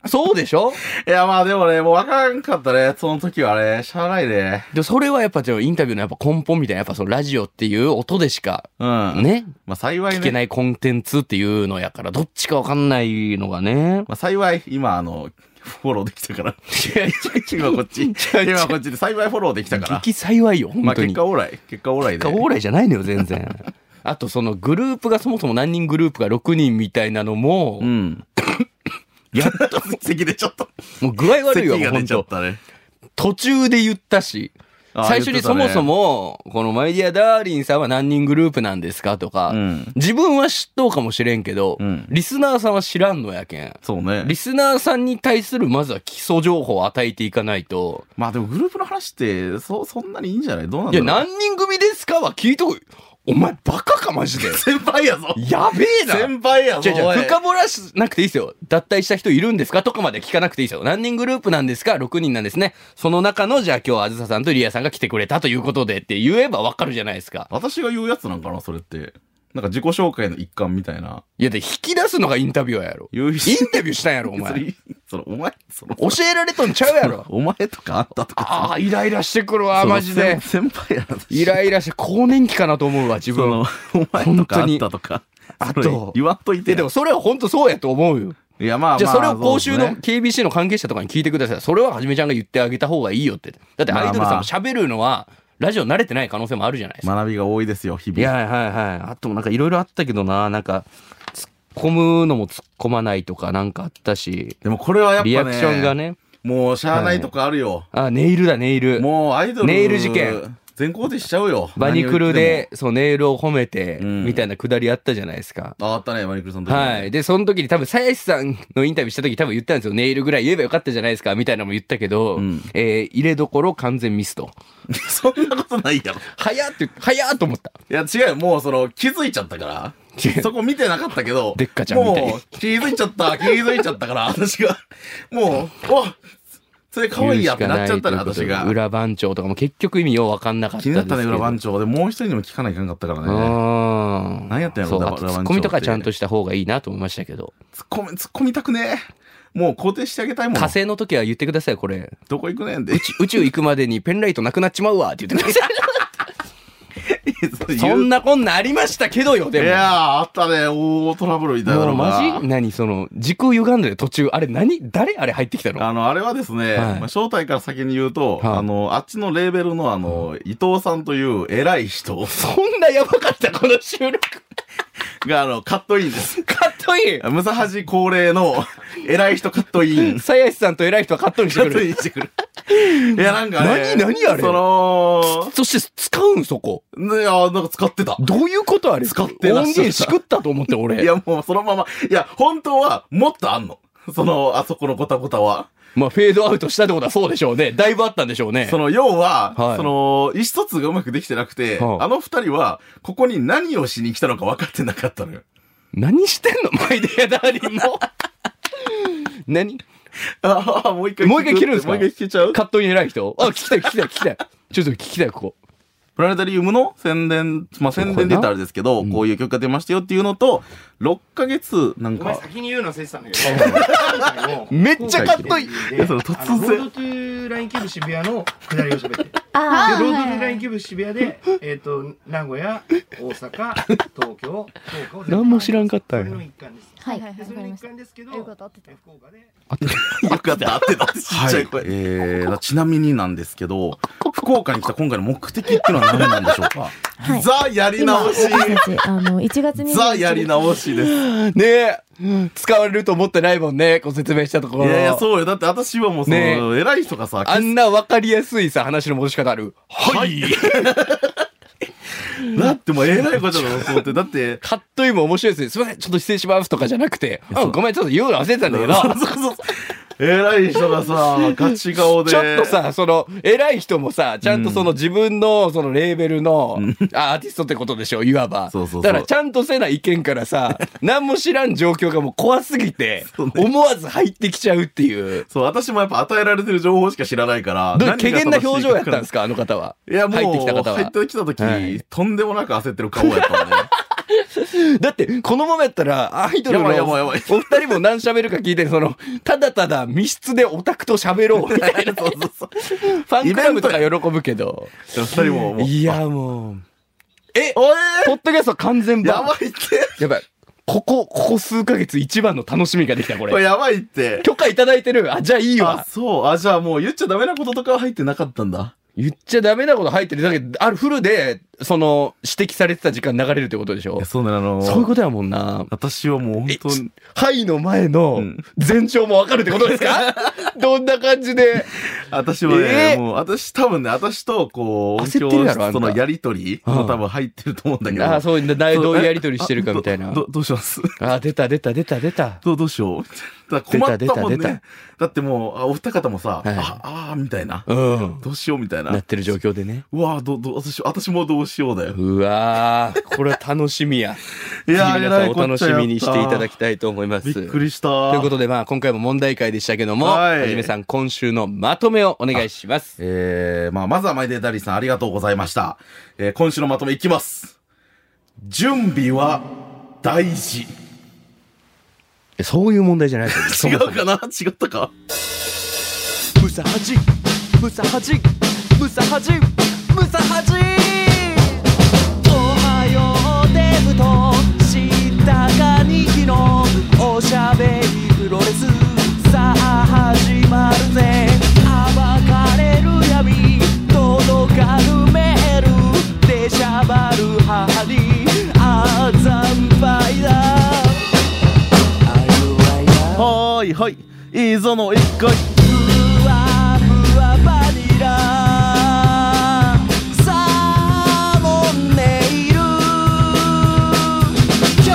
Speaker 4: そうでしょ
Speaker 3: や、まあでもね、もうわからんかったね。その時はね、しゃあないね。
Speaker 4: で、それはやっぱじゃあインタビューのやっぱ根本みたいな、やっぱそのラジオっていう音でしか、
Speaker 3: うん。。
Speaker 4: ね、
Speaker 3: まあ幸い
Speaker 4: 聞け
Speaker 3: ね。
Speaker 4: ないコンテンツっていうのやから、どっちかわかんないのがね。
Speaker 3: まあ幸い、今あの、フォローできたから。
Speaker 4: いやい
Speaker 3: 今こっち。今こっちで幸いフォローできたから。
Speaker 4: 激幸いよ、
Speaker 3: ま
Speaker 4: 本
Speaker 3: あ
Speaker 4: 当
Speaker 3: 結
Speaker 4: に。
Speaker 3: 果オーライ。結果オーライ
Speaker 4: 結果
Speaker 3: で。
Speaker 4: オーライじゃないのよ、全然。 あと、そのグループがそもそも何人グループが6人みたいなのも、
Speaker 3: うん。や っと席出ちゃった。
Speaker 4: もう具合悪
Speaker 3: 席
Speaker 4: いわ、もう
Speaker 3: が出
Speaker 4: 本
Speaker 3: ちゃっ
Speaker 4: 当
Speaker 3: たね。
Speaker 4: 途中で言ったし、
Speaker 3: あー
Speaker 4: 最初にそもそ、も、このマイディア・ダーリンさんは何人グループなんですかとか、
Speaker 3: 言ってたね
Speaker 4: 自分は知っとうかもしれんけど、
Speaker 3: うん
Speaker 4: リスナーさんは知らんのやけん
Speaker 3: うん。。そうね。
Speaker 4: リスナーさんに対するまずは基礎情報を与えていかないと、
Speaker 3: まあでもグループの話ってそそんなにいいんじゃないどうなん
Speaker 4: い
Speaker 3: だ
Speaker 4: や、
Speaker 3: ろう
Speaker 4: 何人組ですかは聞いとく。お前バカかマジで。
Speaker 3: 先輩 やぞ
Speaker 4: やべえな。
Speaker 3: 先輩やぞ
Speaker 4: じゃじ
Speaker 3: お
Speaker 4: ゃ
Speaker 3: い
Speaker 4: 深掘らしなくていいですよ。脱退した人いるんですかとかまで聞かなくていいですよ。何人グループなんですか ?6 人なんですね。その中の、じゃあ今日、あずささんとリアさんが来てくれたということでって言えばわかるじゃないですか。
Speaker 3: 私が言うやつなんかなそれってなんか自己紹介の一環みたいない
Speaker 4: や、で、引き出すのがインタビュアーやろ。イ
Speaker 3: 言う人
Speaker 4: ンタビューしたんやろ、お
Speaker 3: そ
Speaker 4: 前。
Speaker 3: れそのお前その
Speaker 4: 教えられとんちゃ うやろ。
Speaker 3: お前とかあったとか
Speaker 4: ああ、イライラしてくるわ、
Speaker 3: その
Speaker 4: マジで。
Speaker 3: 先先輩やぞ
Speaker 4: イライラして、更年期かなと思うわ、自
Speaker 3: そ
Speaker 4: 分
Speaker 3: の。お前とかあったとか
Speaker 4: あ
Speaker 3: それ
Speaker 4: と。
Speaker 3: 言わんとい
Speaker 4: い
Speaker 3: て
Speaker 4: やでもそれは本当そうやと思うよ。
Speaker 3: いやまあまあ
Speaker 4: じゃあそれを公衆の
Speaker 3: そうですね
Speaker 4: KBC の関係者とかに聞いてください。それははじめちゃんが言ってあげた方がいいよって。だってアイドルさんも喋るのはラジオ慣れてない可能性もあるじゃないですか。
Speaker 3: 学びが多いですよ日
Speaker 4: いや
Speaker 3: 々
Speaker 4: はいはい。あともなんかいろいろあったけどな、なんか突っ込むのも突っ込まないとかなんかあったし、
Speaker 3: でもこれはやっぱね
Speaker 4: リアクションがね。
Speaker 3: もうしゃあないとこあるよ、
Speaker 4: あ、ネイルだネイル。
Speaker 3: もうアイドル
Speaker 4: ネイル事件
Speaker 3: 全肯定しちゃうよ
Speaker 4: バニクルで、そう、ネイルを褒めて、
Speaker 3: うん
Speaker 4: みたいなくだりあったじゃないですか。
Speaker 3: 何言ってもああったねバニクルさんの時
Speaker 4: はい。で、その時に多分、鞘師さんのインタビューした時多分言ったんですよ。ネイルぐらい言えばよかったじゃないですか、みたいなのも言ったけど、
Speaker 3: うん
Speaker 4: えー入れどころ完全ミスと。
Speaker 3: そんなことないやろ
Speaker 4: 早っって、早っと思った。
Speaker 3: いや違うよもうその気づいちゃったから
Speaker 4: 違う
Speaker 3: そこ見てなかったけど
Speaker 4: でっかちゃんみたいに
Speaker 3: もう気づいちゃった気づいちゃった から私がもうわそれ可愛いやってなっちゃったね
Speaker 4: 言
Speaker 3: 私
Speaker 4: うしかないということで
Speaker 3: が
Speaker 4: 裏番長とかも結局意味ようわかんなかった
Speaker 3: 気
Speaker 4: ん
Speaker 3: に
Speaker 4: です
Speaker 3: な
Speaker 4: け
Speaker 3: っ
Speaker 4: ど。
Speaker 3: たね裏番長でもう一人にも聞かないかんかったから
Speaker 4: う
Speaker 3: ね
Speaker 4: ーん。
Speaker 3: 何やったんやろ
Speaker 4: そう
Speaker 3: 裏
Speaker 4: あと
Speaker 3: 裏番
Speaker 4: ツ
Speaker 3: 長
Speaker 4: ッコミとかちゃんとした方がいいなと思いましたけど。
Speaker 3: 突っ込み突っ込みたくねえもう肯定してあげたいもん
Speaker 4: 火星の時は言ってください、これ。
Speaker 3: どこ行くねんで
Speaker 4: 宇宙行くまでにペンライトなくなっちまうわって言ってください。 そん
Speaker 3: な
Speaker 4: なこんなありましたけどよ、で
Speaker 3: い
Speaker 4: も。
Speaker 3: やーあったね大トラブルみたいな
Speaker 4: も
Speaker 3: の
Speaker 4: う
Speaker 3: が
Speaker 4: マジ何その時空歪んでる途中あれ何誰あれ入ってきた の
Speaker 3: あの、あれはですね、
Speaker 4: はい
Speaker 3: まあ、正体から先に言うと、
Speaker 4: はい
Speaker 3: あの、あっちのレーベルのあの、伊藤さんという偉い人
Speaker 4: そんなやばかったこの収録
Speaker 3: が、あの、カットインです。
Speaker 4: カットイン
Speaker 3: ムサハジ恒例の偉い人カットイ ン。
Speaker 4: 鞘師さんと偉い人はカットインして
Speaker 3: カ
Speaker 4: く
Speaker 3: ットイン
Speaker 4: る
Speaker 3: してくる。いや、なんかね。
Speaker 4: 何何あれ
Speaker 3: その、
Speaker 4: そして使うんそこ
Speaker 3: いや、なんか使ってた。
Speaker 4: どういうことあれ
Speaker 3: 使ってらっし
Speaker 4: 音
Speaker 3: ゃった
Speaker 4: 源しくったと思って俺
Speaker 3: い や、もうそのまま。いや、本当は、もっとあんの。その、あそこのゴタゴタは。
Speaker 4: まあフェードアウトしたってことはそうでしょうねだいぶあったんでしょうね
Speaker 3: その、要は、
Speaker 4: はい
Speaker 3: その、意思疎通がうまくできてなくて、
Speaker 4: はあ
Speaker 3: あの二人は、ここに何をしに来たのか分かってなかったのよ。
Speaker 4: 何してんのマイデアダーリ ンの何
Speaker 3: ああ、もう一回
Speaker 4: もう一回切るんですか
Speaker 3: もう一回聞けちゃう
Speaker 4: カットイン偉い人あ聞きたい聞きたい聞きたいちょっと聞きたいここ
Speaker 3: プラネタリウムの宣伝、まあ、宣伝出たらあれですけど、こういう曲が出ましたよっていうのと、6ヶ月、なん
Speaker 8: お前
Speaker 3: か、
Speaker 8: 先に言うの忘れてたんだけど
Speaker 4: めっちゃカットイン
Speaker 8: い
Speaker 3: やそれ突然
Speaker 8: ロードトゥーラインキューブ渋谷の下りを喋って。で、
Speaker 6: あ
Speaker 8: ロードトゥーライ
Speaker 6: ー
Speaker 8: ンキューブ渋谷で、えっと、名古屋、大阪、東京、福岡を全部
Speaker 4: 何も知らんかったよ
Speaker 8: それの一環です。
Speaker 6: はい
Speaker 5: は
Speaker 6: はいい
Speaker 8: でそれの一環ですけど、
Speaker 6: ということ合ってた
Speaker 8: え福岡で。
Speaker 3: よかった、合ってたってちっちゃい声。えー、ちなみになんですけど、福岡に来た今回の目的っていうのは何なんでしょうか
Speaker 7: はい
Speaker 3: ザやり
Speaker 7: 今
Speaker 3: 直し
Speaker 7: 私たちあの1月に
Speaker 3: ザやり直しです。
Speaker 4: ねえ、使われると思ってないもんね、ご説明したとこ
Speaker 3: い
Speaker 4: ろ。
Speaker 3: やいや、そうよ。だって私はもうその、
Speaker 4: ね
Speaker 3: 偉い人がさ、
Speaker 4: あんなわかりやすいさ、話の戻し方ある。はい。
Speaker 3: だってもう偉い子ちゃんだと思って、だって、
Speaker 4: カットインも面白いですね。すいません、ちょっと失礼しますとかじゃなくて、あごめん、ちょっと言うの忘れてたんだけど、
Speaker 3: そうそうそう偉い人がさ、ガチ顔で。
Speaker 4: ちょっとさ、その、偉い人もさ、ちゃんとその自分の、そのレーベルの、あアーティストってことでしょ、いわば。
Speaker 3: そうそうそう
Speaker 4: だから、ちゃんとせな意見か らさ、何も知らん状況がもう怖すぎて、思わず入ってきちゃうっていう。
Speaker 3: そう、私もやっぱ与えられてる情報しか知らないから。
Speaker 4: どう
Speaker 3: 何が
Speaker 4: 怪
Speaker 3: 正しい
Speaker 4: げ
Speaker 3: か
Speaker 4: な表情やったんですか、あの方は。
Speaker 3: いや、もう、
Speaker 4: 入ってきた方
Speaker 3: 入
Speaker 4: は
Speaker 3: っ。てきた時、
Speaker 4: はい
Speaker 3: とんでもなく焦ってる顔やったん で。
Speaker 4: だって、このままやったら、アイドルの、
Speaker 3: やばいやばいやばい
Speaker 4: お二人も何喋るか聞いて、その、ただただ密室でオタクと 喋ろうみたいな。ファンクラブとか喜ぶけど。
Speaker 3: でも二人も、もう、
Speaker 4: いや、もう。え
Speaker 3: おえ
Speaker 4: ポッドキャスト完全
Speaker 3: ーや
Speaker 4: 版
Speaker 3: ばいって。
Speaker 4: やばい。ここ、ここ数ヶ月一番の楽しみができた、こ
Speaker 3: これ
Speaker 4: れ。
Speaker 3: やばいって。
Speaker 4: 許可いただいてる。あ、じゃあいい
Speaker 3: あ、
Speaker 4: わ。
Speaker 3: そう。あ、じゃあもう言っちゃダメなこととかは入ってなかったんだ。
Speaker 4: 言っちゃダメなこと入ってる。だけど、あるフルで、その、指摘されてた時間流れるってことでし
Speaker 3: い
Speaker 4: ょ
Speaker 3: や、。そうなのあの。
Speaker 4: そういうことやもんな。
Speaker 3: 私はもう本当に。
Speaker 4: はいの前の
Speaker 3: ん
Speaker 4: 前兆もわかるってことで すかどんな感じで。
Speaker 3: 私はね、
Speaker 4: えー
Speaker 3: もう、私、多分ね、私と、こう、
Speaker 4: 焦ってるやろあんた
Speaker 3: そのやりとりも多分入ってると思うんだけど。
Speaker 4: ああ、そう、な
Speaker 3: そう
Speaker 4: どういうやりとりしてるかみたいな。
Speaker 3: え
Speaker 4: あ
Speaker 3: ど、どどうします
Speaker 4: あ、出た出た出た出た。
Speaker 3: どうどうしよう だから困ったもん
Speaker 4: 出た出た出
Speaker 3: ね。だってもう、あお二方もさ、
Speaker 4: はい
Speaker 3: あ、あーみたいな。
Speaker 4: うん。
Speaker 3: どうしようみたいな。
Speaker 4: なってる状況でね。
Speaker 3: うわぁ、ど、ど、私、私もどうしようだよ。
Speaker 4: うわー、これは楽しみ や。
Speaker 3: いー
Speaker 4: ぜひ皆さんお
Speaker 3: えらいこ
Speaker 4: 楽
Speaker 3: っちゃ
Speaker 4: し
Speaker 3: やった
Speaker 4: みにしていただきたいと思います。
Speaker 3: びっくりした。
Speaker 4: と
Speaker 3: と
Speaker 4: いうことで、まあ、今回も問題会でしたけども、
Speaker 3: はい
Speaker 4: はじめさん、今週のまとめをお願いします。
Speaker 3: えー、まあ、まずはマイデーダリーさんありがとうございました。えー、今週のまとめいきます。準備は大事。
Speaker 4: えそういう問題じゃないです
Speaker 3: 違うかな 違ったか
Speaker 1: ムサハジムサハジムサハジムサハジおはようデブと知っ
Speaker 3: はいいいぞの一回
Speaker 1: ふわふわバニラサーモンネイル今日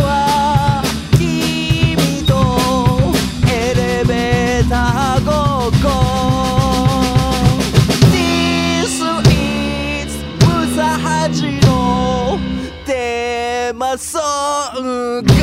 Speaker 1: は君とエレベーターごっこ This is ムサハジのテーマソング